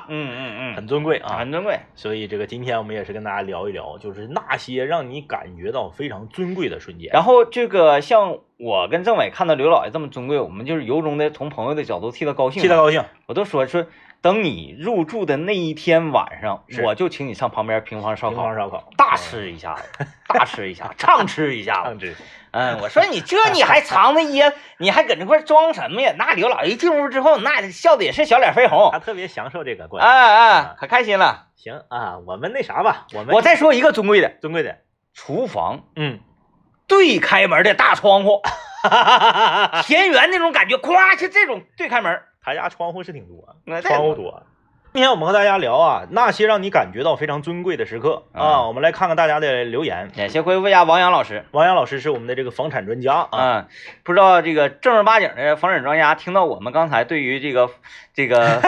A: 嗯嗯
B: 很尊贵
A: 嗯，
B: 啊。
A: 很尊贵，
B: 所以这个今天我们也是跟大家聊一聊，就是那些让你感觉到非常尊贵的瞬间。
A: 然后这个像我跟政委看到刘老爷这么尊贵，我们就是由衷的从朋友的角度替他高兴嘛，
B: 替他高兴，
A: 我都说说等你入住的那一天晚上，
B: 是
A: 我就请你上旁边平房烧
B: 平
A: 烤
B: 房，烧烤，
A: 大吃一下子，大吃一 下，畅吃一下子。
B: 上吃
A: 嗯，我说你这你还藏着掖，你还搁那块装什么呀？那刘老爷一进屋之后，那笑的也是小脸绯红
B: 他，特别享受这个过程。
A: 哎哎，可开心了。
B: 行啊，我们那啥吧，我们
A: 我再说一个尊贵的，
B: 尊贵的，
A: 厨房
B: 嗯，
A: 对开门的大窗户，田园那种感觉，咵就这种对开门，
B: 他家窗户是挺多，
A: 那这
B: 窗户多。今天我们和大家聊啊，那些让你感觉到非常尊贵的时刻啊，
A: 嗯
B: 我们来看看大家的留言。
A: 也先回复一下王阳老师。
B: 王阳老师是我们的这个房产专家啊，
A: 嗯，不知道这个正儿八经的房产专家听到我们刚才对于这个这 个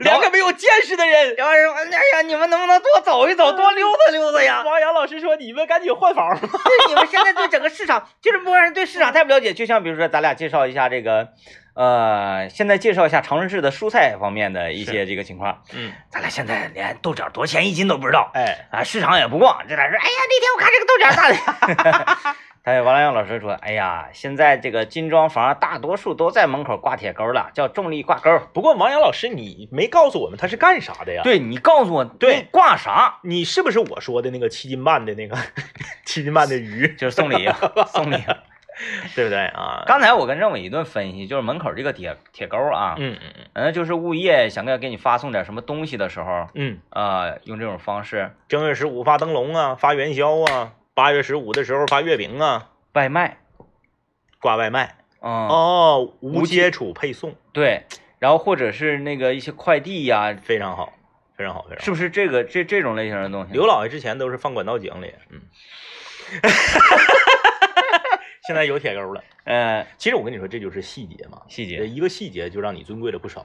B: 两个没有见识的人。
A: 聊什么？哎呀，你们能不能多走一走，多溜达溜达 呀？
B: 王阳老师说：“你们赶紧换房吧。
A: 对你们现在对整个市场，就是不让人对市场太不了解。就像比如说，咱俩介绍一下这个，呃，现在介绍一下长春市的蔬菜方面的一些这个情况。”
B: 嗯，
A: 咱俩现在连豆角多少钱一斤都不知道
B: 哎，
A: 啊，市场也不逛，这俩说，哎呀，那天我看这个豆角大的。 哎，王兰阳老师说，哎呀，现在这个精装房大多数都在门口挂铁钩了，叫重力挂钩。
B: 不过王阳老师，你没告诉我们他是干啥的呀？，
A: 对你告诉我，
B: 对
A: 那挂啥？
B: 你是不是我说的那个七斤半的那个 七斤半的鱼，
A: 就是送 礼，送礼。
B: 对不对啊？
A: 刚才我跟政委一顿分析，就是门口这个铁铁钩啊，
B: 嗯嗯嗯
A: 嗯，就是物业想要给你发送点什么东西的时候，
B: 嗯，
A: 呃，用这种方式，
B: 正月十五发灯笼啊，发元宵啊，八月十五的时候发月饼啊，
A: 外卖，
B: 挂外卖
A: 嗯，
B: 哦，无
A: 无
B: 接触配送，
A: 对，然后或者是那个一些快递呀、
B: 非常好，非常好，非常好。
A: 是不是这个这这种类型的东西？
B: 刘老爷之前都是放管道井里， 嗯，现在有铁钩了。
A: 呃，
B: 其实我跟你说，这就是细节嘛，
A: 细
B: 这
A: 节，
B: 一个细节就让你尊贵了不少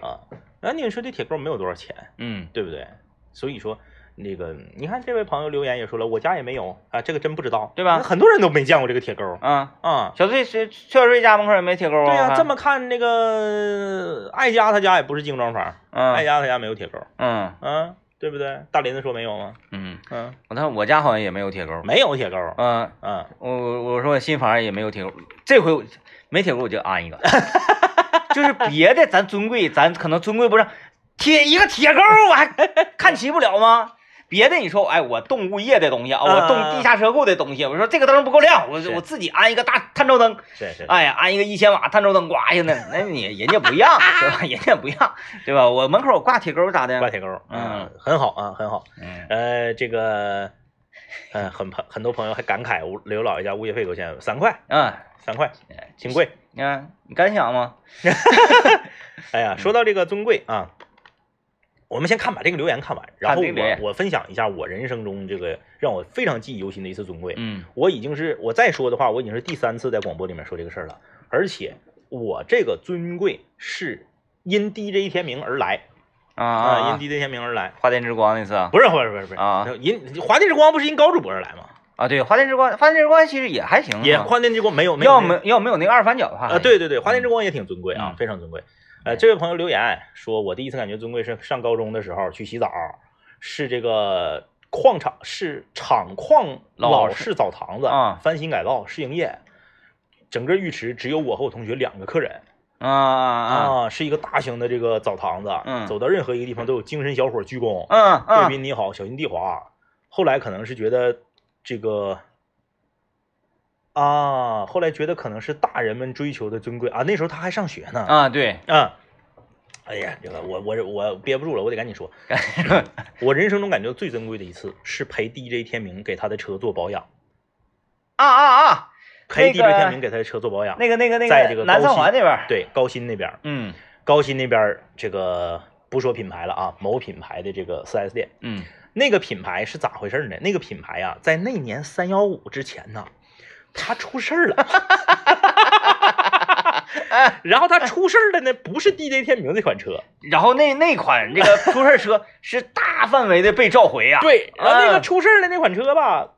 B: 啊。那你说这铁钩没有多少钱，
A: 嗯，
B: 对不对？所以说那个，你看这位朋友留言也说了，我家也没有啊，这个真不知道，
A: 对吧
B: 那很多人都没见过这个铁钩
A: 啊，
B: 啊。
A: 小翠谁翠儿瑞家门口也没铁钩啊？
B: 对呀、
A: 我看
B: 这，么看那个艾家他家也不是精装房，艾
A: 嗯
B: 家他家没有铁钩，
A: 嗯
B: 啊，对不对？大林子说没有吗？
A: 嗯，
B: 嗯，
A: 我看我家好像也没有铁钩，
B: 没有铁钩，
A: 嗯、
B: 嗯，
A: 我我说我新房也没有铁钩，这回我没铁钩我就安 一个，就是别的咱尊贵，咱可能尊贵不上，铁一个铁钩我还看齐不了吗？别的你说，哎，我动物业的东西啊，我动地下车库的东西，我说这个灯不够亮，我
B: 嗯是
A: 我自己安一个大探照灯，
B: 是是，
A: 哎呀，安一个一千瓦探照灯，呱一下那那你人家不一样，对吧？人家不一样，对吧？我门口挂铁钩咋
B: 挂
A: 的？
B: 铁钩，
A: 嗯，
B: 很好啊，很好。
A: 嗯，
B: 呃，这个，呃，很朋很多朋友还感慨，我刘老爷家物业费多少钱？三块，
A: 啊，
B: 三块，挺贵。
A: 你看你敢想吗？
B: 哎
A: 嗯
B: 呀，说到这个尊贵啊，我们先看把这个留言看完，然后
A: 看这个留言
B: 我我分享一下我人生中这个让我非常记忆犹新的一次尊贵。
A: 嗯
B: 我已经是我再说的话，我已经是第三次在广播里面说这个事儿了，而且我这个尊贵是因 DJ 天明而来
A: 啊
B: 啊，因
A: 啊，
B: DJ 天明而来，
A: 花店之光那次啊。
B: 不是不是不是不是
A: 啊，
B: 因华电之光不是因高主播而来吗？
A: 啊，对，花店之光，花店之光其实也还行啊，
B: 也华电之光没有没有
A: 要
B: 没有
A: 没要没有那个二反角的话，
B: 啊，对对对，华天之光也挺尊贵啊，
A: 哎嗯
B: 非常尊贵。呃，这位朋友留言说，我第一次感觉尊贵是上高中的时候去洗澡，是这个矿场是厂矿老式澡堂子
A: 啊
B: 翻新改造试营业，整个浴池只有我和我同学两个客人
A: 啊啊啊，
B: 啊，是一个大型的这个澡堂子，
A: 嗯
B: 走到任何一个地方都有精神小伙鞠躬，
A: 嗯
B: 贵
A: 嗯，
B: 宾你好，小心地滑。啊后来可能是觉得这个啊，后来觉得可能是大人们追求的尊贵啊。那时候他还上学呢，
A: 啊 对，
B: 啊，哎呀，这个我我我憋不住了，我得赶紧说，我人生中感觉最珍贵的一次是陪 DJ 天明给他的车做保养，
A: 啊啊啊，
B: 陪 DJ
A: 那个
B: 天明给他的车做保养。
A: 那个那个那
B: 在这个
A: 南
B: 高
A: 三
B: 新
A: 环那边儿，
B: 对，高新那边儿，
A: 嗯
B: 高新那边儿这个不说品牌了啊，某品牌的这个 4S 店。
A: 嗯，
B: 那个品牌是咋回事呢？那个品牌啊，在那年三幺五之前呢，它出事儿了。 然后它出事儿的呢，不是 DJ 天明这款车，
A: 然后那那款这个出事车 是大范围的被召回啊，，
B: 对，然后那个
A: 嗯
B: 出事儿的那款车吧，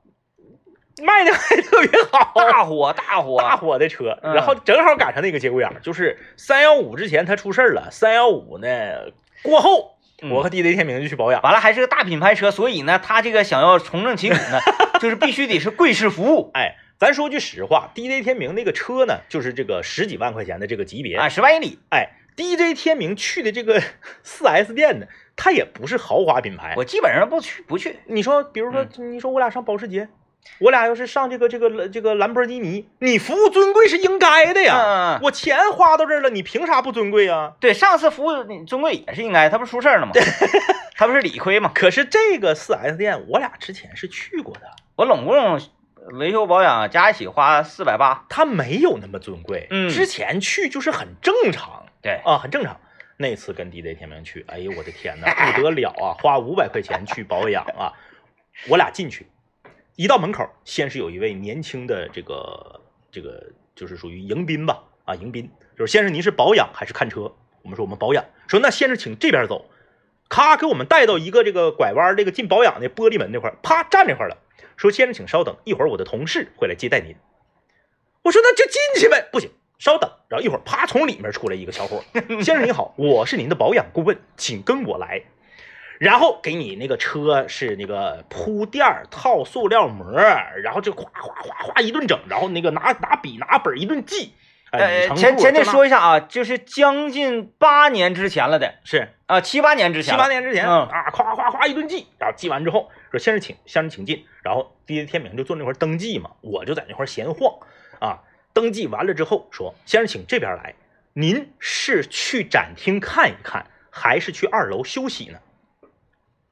B: 卖的 还特别好，
A: 大火大
B: 哦大
A: 火，
B: 火的车，
A: 嗯
B: 然后正好赶上那个节骨眼儿，就是三幺五之前它出事儿了，三幺五呢过后，
A: 嗯
B: 我和 DJ 天明就去保养。
A: 完了还是个大品牌车，所以呢，他这个想要重振旗鼓 呢，就是必须得是贵式服务
B: 哎，咱说句实话，DJ 天明那个车呢，就是这个十几万块钱的这个级别，
A: 啊，十万以里，
B: 哎 DJ 天明去的这个 4S 店呢，它也不是豪华品牌。
A: 我嗯基本上不去不去，
B: 你说，比如说，你说我俩上保时捷，我俩要是上这个这个这个兰博基尼，你服务尊贵是应该的呀。
A: 嗯嗯嗯
B: 我钱花到这儿了，你凭啥不尊贵啊？
A: 对，上次服务你尊贵也是应该，他不是出事 儿了吗？他不是理亏吗？
B: 可是这个 4S 店，我俩之前是去过的，
A: 我拢共维修保养加一起花四百八，
B: 它没有那么尊贵。
A: 嗯
B: 之前去就是很正常
A: 对，
B: 啊，很正常。那次跟 DJ 天明去，哎呦我的天呐，不得了啊！花五百块钱去保养啊，我俩进去，一到门口，先是有一位年轻的这个这个就是属于迎宾吧，啊迎宾，就是先生您是保养还是看车？我们说我们保养，说那先生请这边走，咔给我们带到一个这个拐弯儿这个进保养的玻璃门那块儿，啪站这块儿了，说先生请稍等，一会儿我的同事会来接待您。我说那就进去呗，不行，稍等，然后一会儿啪从里面出来一个小伙儿，先生您好，我是您的保养顾问，请跟我来。然后给你那个车是那个铺垫儿套塑料膜儿，然后就哗哗哗哗一顿整，然后那个拿拿笔拿本儿一顿记。哎，
A: 呃，
B: 你乘
A: 前
B: 坐
A: 前
B: 这
A: 得
B: 那
A: 说一下啊，就是将近八年之前了得
B: 是
A: 啊，七八年之前了，
B: 七八年之前、
A: 嗯
B: 啊，夸夸夸一顿记，然后记完之后说先生请，先生请进，然后 DJ 天明就坐那块儿登记嘛，我就在那块儿闲晃啊，登记完了之后说先生请这边来，您是去展厅看一看，还是去二楼休息呢？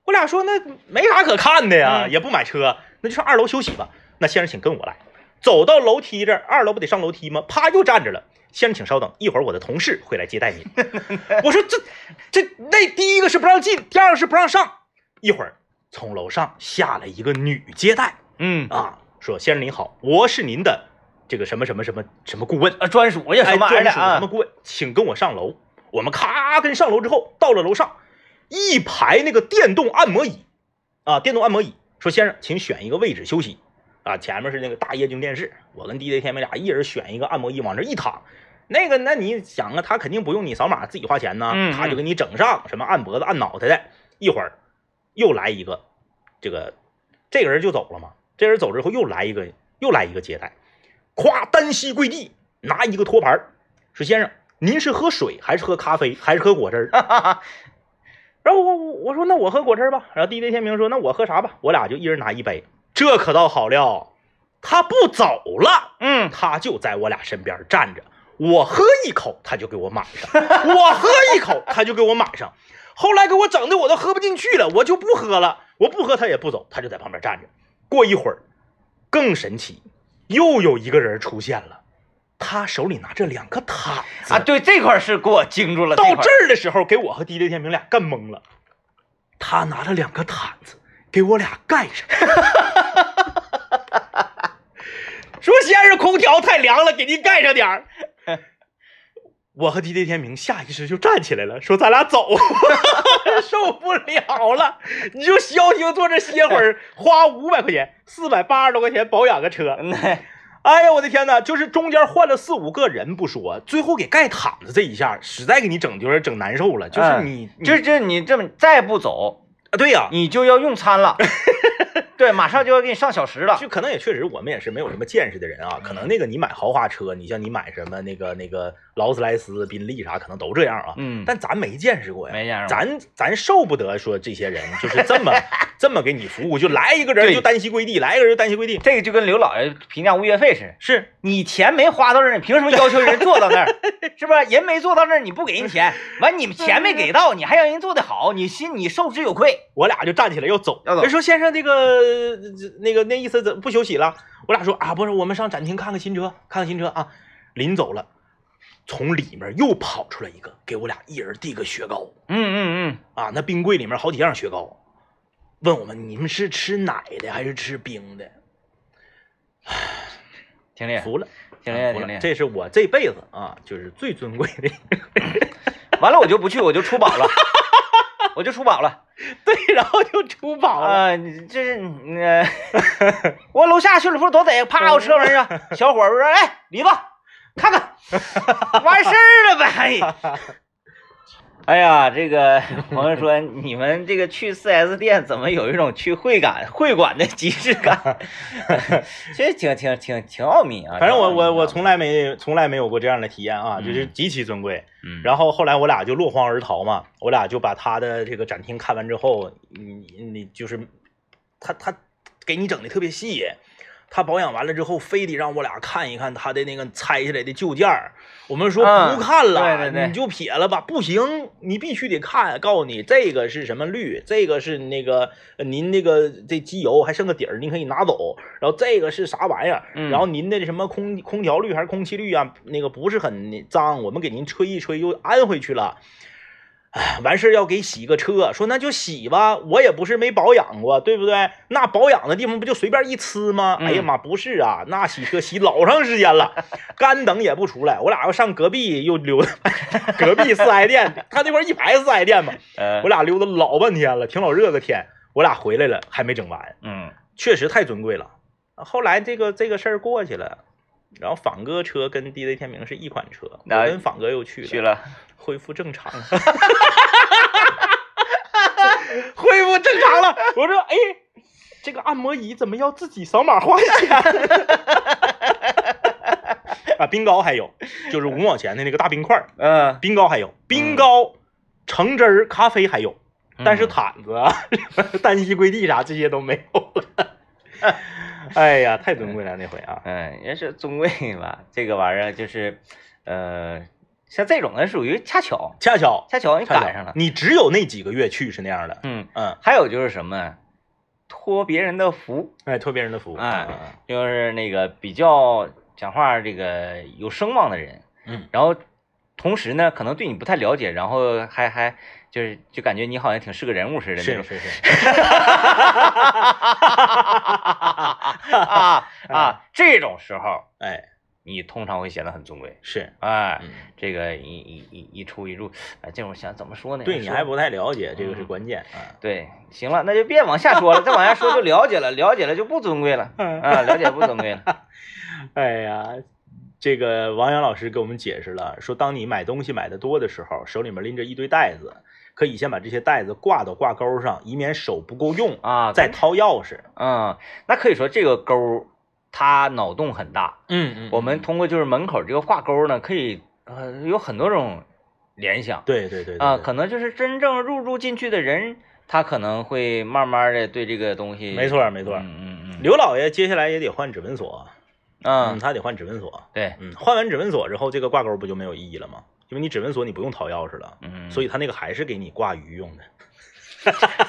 B: 我俩说那没啥可看的呀，
A: 嗯
B: 也不买车，那就上二楼休息吧。那先生请跟我来，走到楼梯这儿，二楼不得上楼梯吗？啪又站着了。先生，请稍等，一会儿我的同事会来接待您。 我说这这那第一个是不让进，第二个是不让上。一会儿从楼上下来一个女接待
A: 嗯
B: 啊，说先生您好，我是您的这个什么什么什么什么顾问，
A: 啊，专属呀
B: 哎，
A: 什么玩意儿
B: 专
A: 的
B: 属什
A: 啊
B: 么，顾问，请跟我上楼。我们咔跟上楼之后，到了楼上，一排那个电动按摩椅啊，电动按摩椅，说先生，请选一个位置休息啊。前面是那个大液晶电视，我跟 DJ 天明俩一人选一个按摩椅往这一躺。那个，那你想啊，他肯定不用你扫码，自己花钱呢，
A: 嗯
B: 他就给你整上什么按脖子、按脑袋的。一会儿又来一个，这个这个人就走了嘛。这人走之后又来一个，又来一个接待，夸单膝跪地，拿一个托盘儿说：“先生，您是喝水还是喝咖啡还是喝果汁儿？”然后我我我说：“那我喝果汁儿吧。”然后 DJ 天明说：“那我喝啥吧？”我俩就一人拿一杯。这可倒好了，他不走了。
A: 嗯，
B: 他就在我俩身边站着，我喝一口他就给我满上，我喝一口他就给我满上，后来给我整的我都喝不进去了，我就不喝了，我不喝他也不走，他就在旁边站着。过一会儿，更神奇，又有一个人出现了，他手里拿着两个毯子
A: 啊，对这块儿是给我惊住了，
B: 到
A: 块
B: 这
A: 儿
B: 儿的时候，给我和 DJ 天明俩干懵了。他拿了两个毯子给我俩盖上， 说先生空调太凉了，给您盖上点儿。我和 DJ 天明下意识就站起来了，说咱俩走， 受不了了，你就消停坐这歇会儿，花五百块钱，四百八十多块钱保养个车，
A: 嗯嘿
B: 哎呀，我的天哪！就是中间换了四五个人不说，最后给盖毯子这一下，实在给你整有点整难受了。就是你，你
A: 哎嗯就是就是你这么再不走，
B: 啊对呀、
A: 你就要用餐 了，对，马上就要给你上小时了，
B: 就可能也确实我们也是没有什么见识的人啊。可能那个你买豪华车，你像你买什么那个那个劳斯莱斯、宾利啥，可能都这样啊。
A: 嗯，
B: 但咱没见识过呀，
A: 没见着，
B: 咱咱受不得说这些人就是这 么这么给你服务，就来一个人
A: 对
B: 就单膝跪地，来一个人就单膝跪地，
A: 这个就跟刘老爷评价物业费似的。
B: 是
A: 你钱没花到这儿，你凭什么要求人坐到 那儿？是不是？人没坐到那儿，你不给人钱，完你们钱没给到，你还让人做得好，你心你受之有愧。
B: 我俩就站起来要走，
A: 要走
B: 人说先生这个这那个那意思怎不休息了？我俩说啊，不是，我们上展厅看看新车，看看新车啊。临走了，从里面又跑出来一个，给我俩一人递个雪糕
A: 嗯嗯
B: 啊，那冰柜里面好几样雪糕，问我们你们是吃奶的还是吃冰的？
A: 嗯，挺厉害，
B: 服了，啊
A: 挺厉害，
B: 服
A: 挺
B: 了
A: 厉害。
B: 这是我这辈子啊，就是最尊贵的。
A: 完了我就不去，我就出宝了，我就出宝了。
B: 对，然后就出宝了。
A: 啊，你这是你呃， 我楼下去了不多逮，啪，我车门上，小伙儿说：“哎，李子，看看，完事儿了呗。” 哎呀，这个朋友说你们这个去 4S 店怎么有一种去会感会馆的即视感？ 其实挺挺挺挺奥秘啊。
B: 反正
A: 挺
B: 我
A: 奥秘啊
B: 我我从来没从来没有过这样的体验啊，
A: 嗯
B: 就是极其尊贵。
A: 嗯，
B: 然后后来我俩就落荒而逃嘛，我俩就把他的这个展厅看完之后，你你你就是他他给你整的特别细，他保养完了之后，非得让我俩看一看他的那个拆下来的旧件儿。我们说
A: 嗯
B: 不看了，
A: 对对对
B: 你就撇了吧，不行，你必须得看。告诉你这个是什么绿，这个是那个呃您那个这机油还剩个底儿，您可以拿走。然后这个是啥玩意儿？
A: 嗯
B: 然后您的什么空空调滤还是空气滤啊？那个不是很脏，我们给您吹一吹又安回去了。哎，完事儿要给洗个车，说那就洗吧，我也不是没保养过，对不对？那保养的地方不就随便一呲吗？
A: 嗯
B: 哎呀妈，不是啊，那洗车洗老长时间了，干等也不出来。我俩要上隔壁又溜达，隔壁四 S 店，他那块儿一排四 S 店嘛，
A: 呃
B: 我，俩溜达老半天了，挺老热个天，我俩回来了还没整完，
A: 嗯
B: 确实太尊贵了。后来这个这个事儿过去了，然后仿哥车跟 DJ 天明是一款车，我
A: 那
B: 跟仿哥又去了
A: 去，了，
B: 恢复正常，恢复正常了。我说，哎，这个按摩椅怎么要自己扫码花钱？ 啊，冰糕还有，就是五毛钱的那个大冰块儿，
A: 嗯，
B: 冰糕还有，冰糕、橙汁儿、咖啡还有，但是
A: 嗯
B: 毯子啊、 单膝跪地啥这些都没有了。 哎呀，太尊贵了那回啊！
A: 嗯，也是尊贵吧，这个玩意儿就是，呃，像这种的属于恰巧，
B: 恰巧
A: 恰巧你
B: 恰巧
A: 赶上了。
B: 你只有那几个月去是那样的，
A: 嗯，
B: 嗯，
A: 还有就是什么，托别人的福，
B: 哎，托别人的福，
A: 哎
B: 嗯嗯
A: 就是那个比较讲话这个有声望的人，
B: 嗯，
A: 然后同时呢，可能对你不太了解，然后还还就是就感觉你好像挺是个人物似的那
B: 是
A: 种
B: 是是，
A: 啊啊，这种时候
B: 哎，
A: 你通常会显得很尊贵，
B: 是，
A: 哎，
B: 嗯，
A: 这个一一一一出一入，哎，这种想怎么说呢？
B: 对你
A: 说
B: 还不太了解，这个是
A: 嗯
B: 关键啊。
A: 对，行了，那就别往下说了，再往下说就了解了，了解了就不尊贵了，
B: 嗯
A: 啊，了解不尊贵 了，
B: 哎呀，这个王阳老师给我们解释了，说当你买东西买的多的时候，手里面拎着一堆袋子，可以先把这些袋子挂到挂钩上，以免手不够用，
A: 啊，
B: 再掏钥匙。
A: 嗯，那可以说这个钩儿它脑洞很大。
B: 嗯嗯
A: 我们通过就是门口这个画钩呢，可以呃有很多种联想
B: 对对对对
A: 啊，
B: 对
A: 可能就是真正入住进去的人，他可能会慢慢的对这个东西，
B: 没错没错
A: 嗯嗯嗯，
B: 刘老爷接下来也得换指纹锁，
A: 嗯，
B: 他得换指纹锁，
A: 对，
B: 嗯，换完指纹锁之后，这个挂钩不就没有意义了吗？因为你指纹锁你不用掏钥匙了，
A: 嗯，
B: 所
A: 以
B: 以他那个还是给你挂鱼用的。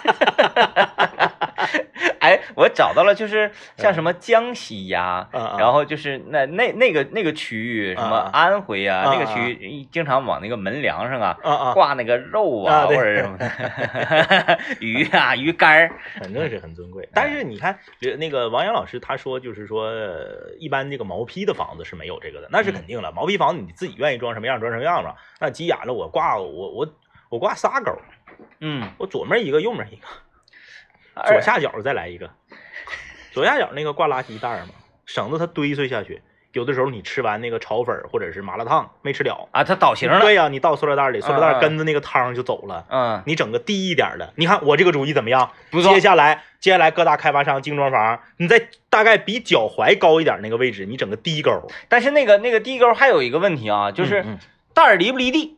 A: 哎，我找到了，就是像什么江西呀。
B: 嗯嗯
A: 然后就是那那那个那个区域，什么
B: 啊啊
A: 安徽啊，
B: 啊
A: 那个区域经常往那个门梁上啊
B: 啊啊，
A: 挂那个肉啊
B: 啊
A: 或
B: 对
A: 者什么的 鱼啊鱼干儿，
B: 反正是很尊
A: 嗯
B: 贵。但是你看，呃那个王阳老师他说，就是说，呃一般这个毛坯的房子是没有这个的，
A: 嗯
B: 那是肯定了。毛坯房子你自己愿意装什么样装什么样吧。那急眼了，我挂我我我挂仨钩，
A: 嗯，
B: 我左面一个，右面一个，左
A: 而
B: 下角再来一个，左下角那个挂垃圾袋儿嘛，省得它堆碎下去。有的时候你吃完那个炒粉儿或者是麻辣烫没吃了，
A: 啊，它倒形了，
B: 对呀、你倒塑料袋里，塑料
A: 嗯嗯
B: 袋跟着那个汤就走了。
A: 嗯，
B: 你整个低一点的，你看我这个主意怎么样？
A: 不错
B: 接下来，接下来各大开发商、精装房，你在大概比脚踝高一点那个位置，你整个低钩
A: 但是那个那个地沟还有一个问题啊，就是
B: 嗯
A: 袋儿离不离地，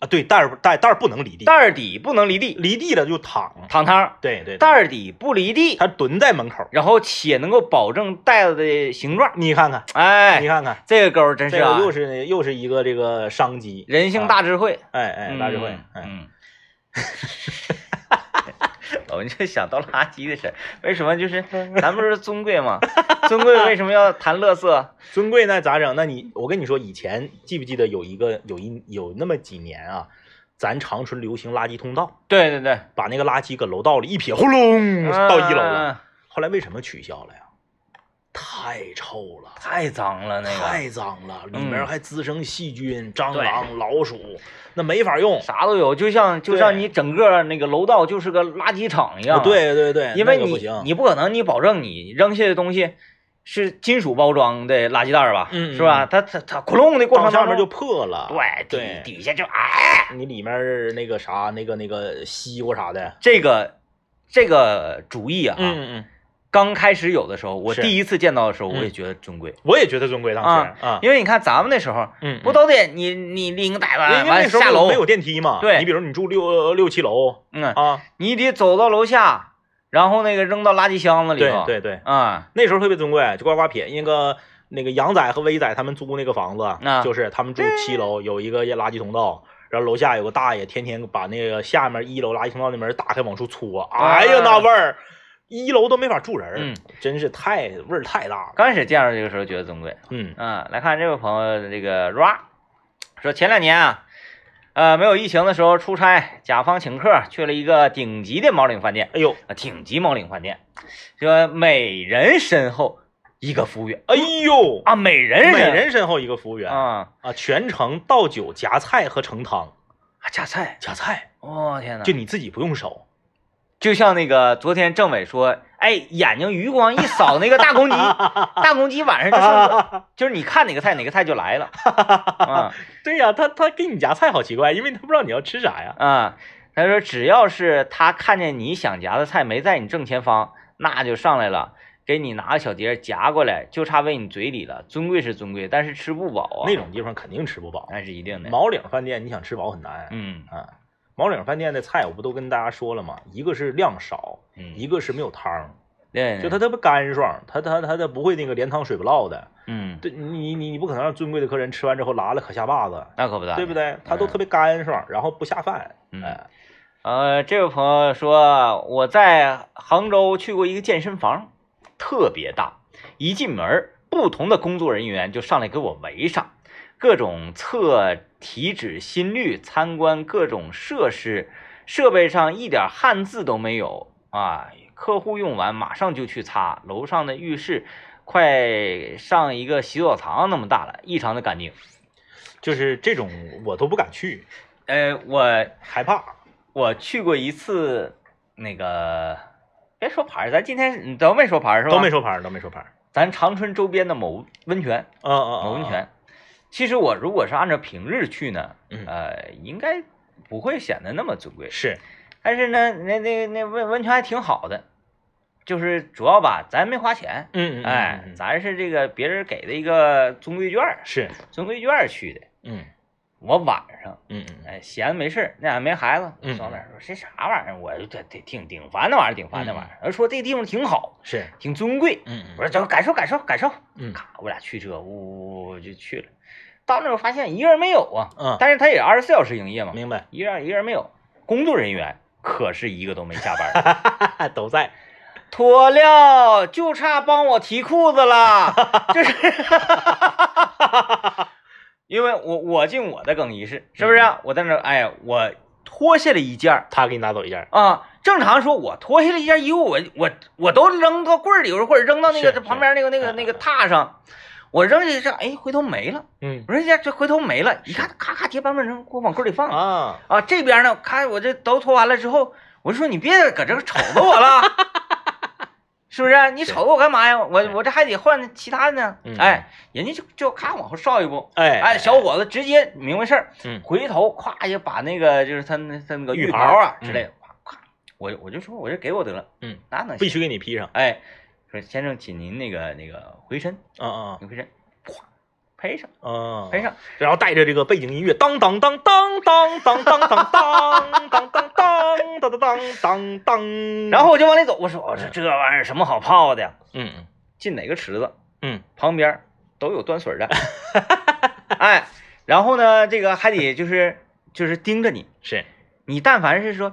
B: 啊，对，袋儿袋袋儿不能离地
A: 袋，儿底不能离地，
B: 离地了就躺。
A: 躺躺，
B: 对对，
A: 袋儿底不离地，
B: 他蹲在门口，
A: 然后且能够保证袋子的形状。
B: 你看看，你
A: 哎，
B: 看看，
A: 这个钩儿真是
B: 这个
A: 啊，
B: 又是又是一个这个商机，
A: 人性大智慧，
B: 哎哎，大智慧
A: 嗯，
B: 哎，
A: 嗯。 我们就想到了垃圾的事儿，为什么 就是咱不是尊贵吗？尊贵为什么要谈乐 色？
B: 尊贵那咋整？那你我跟你说，以前记不记得有一个有一有那么几年啊，咱长春流行垃圾通道，
A: 对对对，
B: 把那个垃圾搁楼道里一撇，轰隆到一楼了。
A: 嗯，
B: 后来为什么取消了呀？太臭了，
A: 太脏了那个，
B: 太脏了，里
A: 嗯
B: 面还滋生细菌、蟑螂、老鼠，那没法用。
A: 啥都有，就像就
B: 对
A: 像你整个那个楼道就是个垃圾场一样。，
B: 哦对对对，
A: 啊因为
B: 那个
A: 你
B: 不行，
A: 你不可能，你保证你扔下的东西是金属包装的垃圾袋儿吧？
B: 嗯嗯
A: 是吧？它它它窟窿的过
B: 到
A: 程
B: 上
A: 当
B: 面
A: 中
B: 就破了。，
A: 对
B: 对
A: 底底下就哎，
B: 你里面儿那个啥，那个那个西瓜啥的。
A: 这个这个主意啊，
B: 嗯嗯，
A: 刚开始有的时候，我
B: 是
A: 第一次见到的时候，我
B: 嗯
A: 也觉得尊贵，
B: 我也觉得尊贵当时啊，
A: 因为你看咱们那时候
B: 嗯，
A: 不都得你你拎个袋子
B: 因为那
A: 完
B: 时候
A: 下
B: 没有
A: 楼
B: 没，有电梯嘛。
A: 对
B: 你比如你住六六七楼
A: 嗯，
B: 啊，
A: 你得走到楼下，然后那个扔到垃圾箱子里
B: 对
A: 头，
B: 对对，
A: 啊，
B: 那时候特别尊贵，就呱呱撇那个。那个杨仔和威仔他们租那个房子，
A: 啊
B: 就是他们住七楼，有一个垃圾通道，然后楼下有个大爷，天天把那个下面一楼垃圾通道的门打开往出搓，哎呀那味儿，一楼都没法住人儿，
A: 啊嗯
B: 真是太味儿太大了。
A: 刚开始见到这个时候觉得尊贵，
B: 嗯
A: 嗯，来看这位朋友这个 ra，说前两年啊，呃，没有疫情的时候出差，甲方请客去了一个顶级的毛领饭店，
B: 哎呦，
A: 啊，顶级毛领饭店，说每人身后一个服务员
B: 哎呦，
A: 啊，每人
B: 每
A: 身
B: 人身后一个服务员
A: 啊，
B: 啊，全程倒酒、夹菜和盛汤。
A: 啊夹菜，
B: 夹菜
A: 我、天哪！
B: 就你自己不用手，
A: 就像那个昨天政委说，哎，眼睛余光一扫那个大公鸡，大公鸡晚上就上， 就是你看哪个菜哪个菜就来了，啊
B: 对呀、他他给你夹菜好奇怪，因为他不知道你要吃啥呀。
A: 啊，他说只要是他看见你想夹的菜没在你正前方，那就上来了。给你拿个小碟儿夹过来，就差喂你嘴里了。尊贵是尊贵，但是吃不饱啊，
B: 那种地方肯定吃不饱。
A: 那是一定的。
B: 毛领饭店你想吃饱很难。
A: 嗯
B: 啊，毛领饭店的菜我不都跟大家说了吗？一个是量少，
A: 嗯，
B: 一个是没有汤，
A: 对，
B: 就它它不干爽，它它它它不会那个连汤水不落的。
A: 嗯，
B: 对你你你不可能让尊贵的客人吃完之后拉了可下巴子，
A: 那可不咋，
B: 对不？对？它都特别干爽，然后不下饭。
A: 嗯
B: 哎，
A: 呃，这位朋友说我在杭州去过一个健身房，特别大，一进门儿不同的工作人员就上来给我围上，各种测体脂、心率，参观各种设施，设备上一点汉字都没有啊！客户用完马上就去擦，楼上的浴室快上一个洗澡堂那么大了，异常的干净。
B: 就是这种我都不敢去，
A: 呃，我
B: 害怕。
A: 我去过一次，那个别说牌儿，咱今天你都没说牌儿是吧？
B: 都没。收盘，都没收盘。
A: 咱长春周边的某温泉，
B: 嗯嗯，
A: 某
B: 嗯
A: 温。泉。其实我如果是按照平日去呢，
B: 嗯
A: 呃，应该不会显得那么尊贵。
B: 是，
A: 但是呢，那那那温温泉还挺好的，就是主要吧，咱没花钱，
B: 嗯
A: 哎，咱是这个别人给的一个尊贵券儿，
B: 是，
A: 尊贵券儿去的。
B: 嗯
A: 我晚上
B: 嗯嗯，
A: 哎，闲着没事儿，那俺没孩子，我
B: 嗯
A: 上那儿说这啥玩意儿，我就这这挺挺烦那玩意儿，挺烦那玩意儿。人说这地方挺好，
B: 是，
A: 挺尊贵。
B: 嗯
A: 我说走，感受感受感受。
B: 嗯
A: 咔，我俩驱车，呜呜呜就去了。到那儿我发现一个人没有啊，
B: 嗯，
A: 但是他也二十四小时营业嘛，
B: 明 白，
A: 一个人一个人没有。工作人员可是一个都没下班儿，
B: 都在，
A: 妥了，就差帮我提裤子 了，就是。 因为我我进我的更衣室，是不是啊、
B: 嗯
A: 我在那儿，哎，我脱下了一件儿
B: 他给你拿走一件，
A: 啊。正常说，我脱下了一件衣服，我我我都扔到柜儿里，或者扔到那
B: 是
A: 个旁边那个那
B: 是
A: 个
B: 嗯
A: 那个榻上。我扔下去，哎，回头没了。
B: 嗯
A: 我说哎这这回头没了，一看，咔咔叠半半扔，给我往柜里放。
B: 啊，
A: 啊，这边呢，看我这都脱完了之后，我就说你别搁这瞅着我 了，是不是？你瞅着我干嘛呀？我我这还得换其他的呢。
B: 嗯
A: 哎，人家就就咔往后稍一步。
B: 哎
A: 哎，小，伙子直接明白事儿，
B: 嗯
A: 回头咵就把那个就是他那他那个
B: 浴
A: 浴
B: 袍
A: 袍啊
B: 嗯
A: 之类的，咵咵，我我就说我就给我得了，
B: 嗯，
A: 那能
B: 必
A: 行？
B: 须给你披上，
A: 哎，说先生，请您那个那个回身，
B: 嗯
A: 您回身，咵拍上
B: 嗯
A: 拍
B: 嗯，
A: 上，
B: 然后带着这个背景音乐，当当当当当当当当当当当当当当当当，
A: 然后我就往里走，我说我说这玩意儿什么好泡的呀？
B: 嗯
A: 进哪个池子？
B: 嗯
A: 旁边都有端 水的，哎，然后呢，这个还得就是就是盯着你，
B: 是，
A: 你但凡是说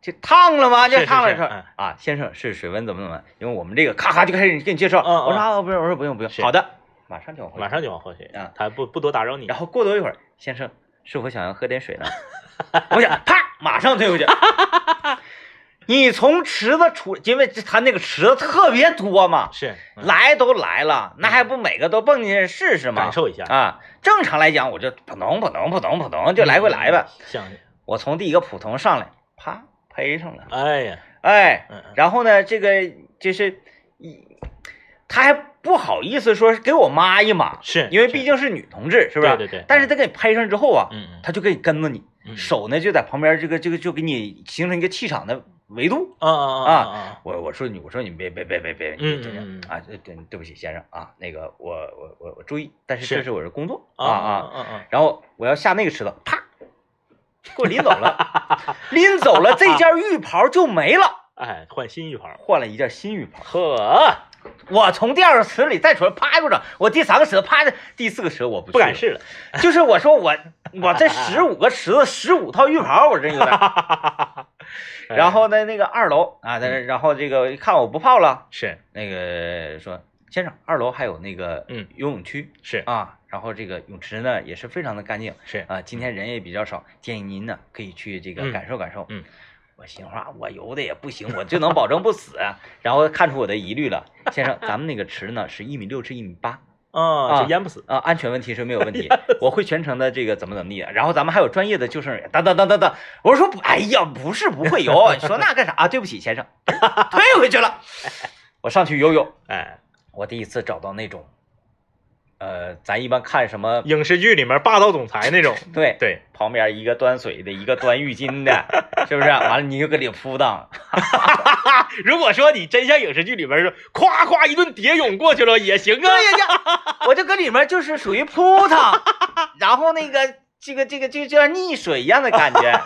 A: 这烫了吗？
B: 是
A: 就是烫了
B: 是
A: 说
B: 嗯
A: 啊，先生是水温怎么怎么，因为我们这个咔咔就开始给你介绍，
B: 嗯嗯
A: 我说啊不用，我说不用不用，
B: 是
A: 好的，马上就往回
B: 马上就往后去，他不不多打扰你，
A: 然后过多一会儿，先生是否想要喝点水呢？我想啪，马上 推回去。你从池子出，因为他那个池子特别多嘛，
B: 是，
A: 来都来了，那还不每个都蹦进去试试吗？
B: 嗯感受一下，
A: 啊，正常来讲，我就扑通扑通扑通扑通就来回来吧。，
B: 像，
A: 我从第一个普通上来，啪呸上了，
B: 哎呀，
A: 哎，
B: 嗯
A: 然后呢，这个就是一，他还不好意思说是给我妈一码，
B: 是
A: 因为毕竟是女同志，是不是？
B: 对对对
A: 但是她给你拍上之后啊，
B: 嗯
A: 她就可以跟着你，
B: 嗯
A: 手呢就在旁边这个这个就给你形成一个气场的维度。
B: 啊啊啊
A: 我我说你我说你别别别别别，
B: 嗯
A: 你这
B: 嗯嗯
A: 样啊，对对对不起先生啊，那个我我我我注意，但是
B: 是
A: 这是我的工作
B: 啊
A: 啊
B: 啊啊！
A: 然后我要下那个池子，啪，给我拎走了，拎走了，这件浴袍就没了，
B: 哎，换新浴袍，
A: 换了一件新浴袍。
B: 呵，
A: 我从第二个池里再出来，啪一巴掌，我第三个池子啪，第四个池子我不去
B: 不敢
A: 了
B: 试了。
A: 就是我说我我这十五个池子十五套浴袍，我真有 点。然后呢，那个二楼啊，在那然后这个一看我不泡了，
B: 是
A: 那个说先生，二楼还有那个
B: 嗯
A: 游泳区
B: 是
A: 啊，然后这个泳池呢也是非常的干净
B: 是，
A: 啊，今天人也比较少，建议您呢可以去这个
B: 嗯
A: 感受感受。
B: 嗯
A: 我心话，我游的也不行，我就能保证不死。啊然后看出我的疑虑了，先生，咱们那个池呢是一米六至一米八，
B: 啊，就淹不死。
A: 啊，安全问题是没有问
B: 哎
A: 题，我会全程的这个怎么怎么地的。然后咱们还有专业的救生员，等等等等等。我说不，哎呀，不是不会游，你说那干啥？啊、对不起，先生， 退回去了。我上去游泳，
B: 哎，
A: 我第一次找到那种，呃，咱一般看什么？
B: 影视剧里面霸道总裁那种。
A: 对，
B: 对，
A: 旁边一个端水的，一个端浴巾的，是不是？完了你就搁里扑荡，
B: 如果说你真像影视剧里面说，夸夸一顿蝶泳过去了也行 啊。
A: 我就搁里面就是属于扑 腾，然后那个这个这个就就像溺水一样的感 觉，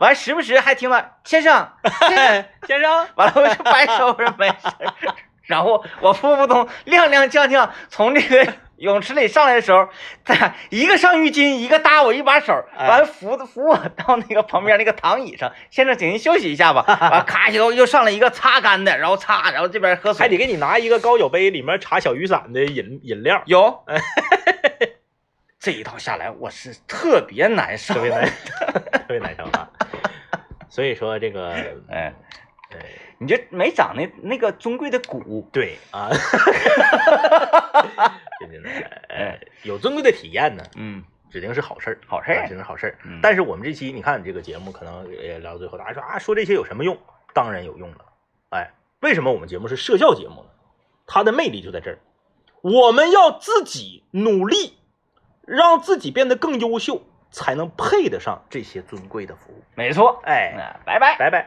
A: 完时不时还听到先生先生。
B: 先生，
A: 完了我就白收拾没事儿。 然后我扑扑通踉踉跄跄从这个泳池里上来的时候，他一个上浴巾，一个搭我一把手，
B: 哎
A: 完了扶扶我到那个旁边那个躺椅上，先生，请您休息一下 吧。完咔又又上来一个擦干的，然后擦，然后这边喝水
B: 还得给你拿一个高脚杯，里面插小雨伞的饮饮料，
A: 有。 这一套下来，我是特别难受
B: 特。别难，特别难受啊。所以说这个，
A: 哎，
B: 呃
A: 你就没长那那个尊贵的骨，
B: 对啊， 真的，呃有尊贵的体验呢，
A: 嗯，
B: 指定是好事儿，
A: 好事儿
B: 啊指定是好事儿
A: 嗯。
B: 但是我们这期你看这个节目，可能也聊到最后，大家说啊，说这些有什么用？当然有用了。哎，为什么我们节目是社交节目呢？它的魅力就在这儿，我们要自己努力，让自己变得更优秀，才能配得上这些尊贵的服务。
A: 没错。
B: 哎，
A: 嗯，拜拜。
B: 拜拜。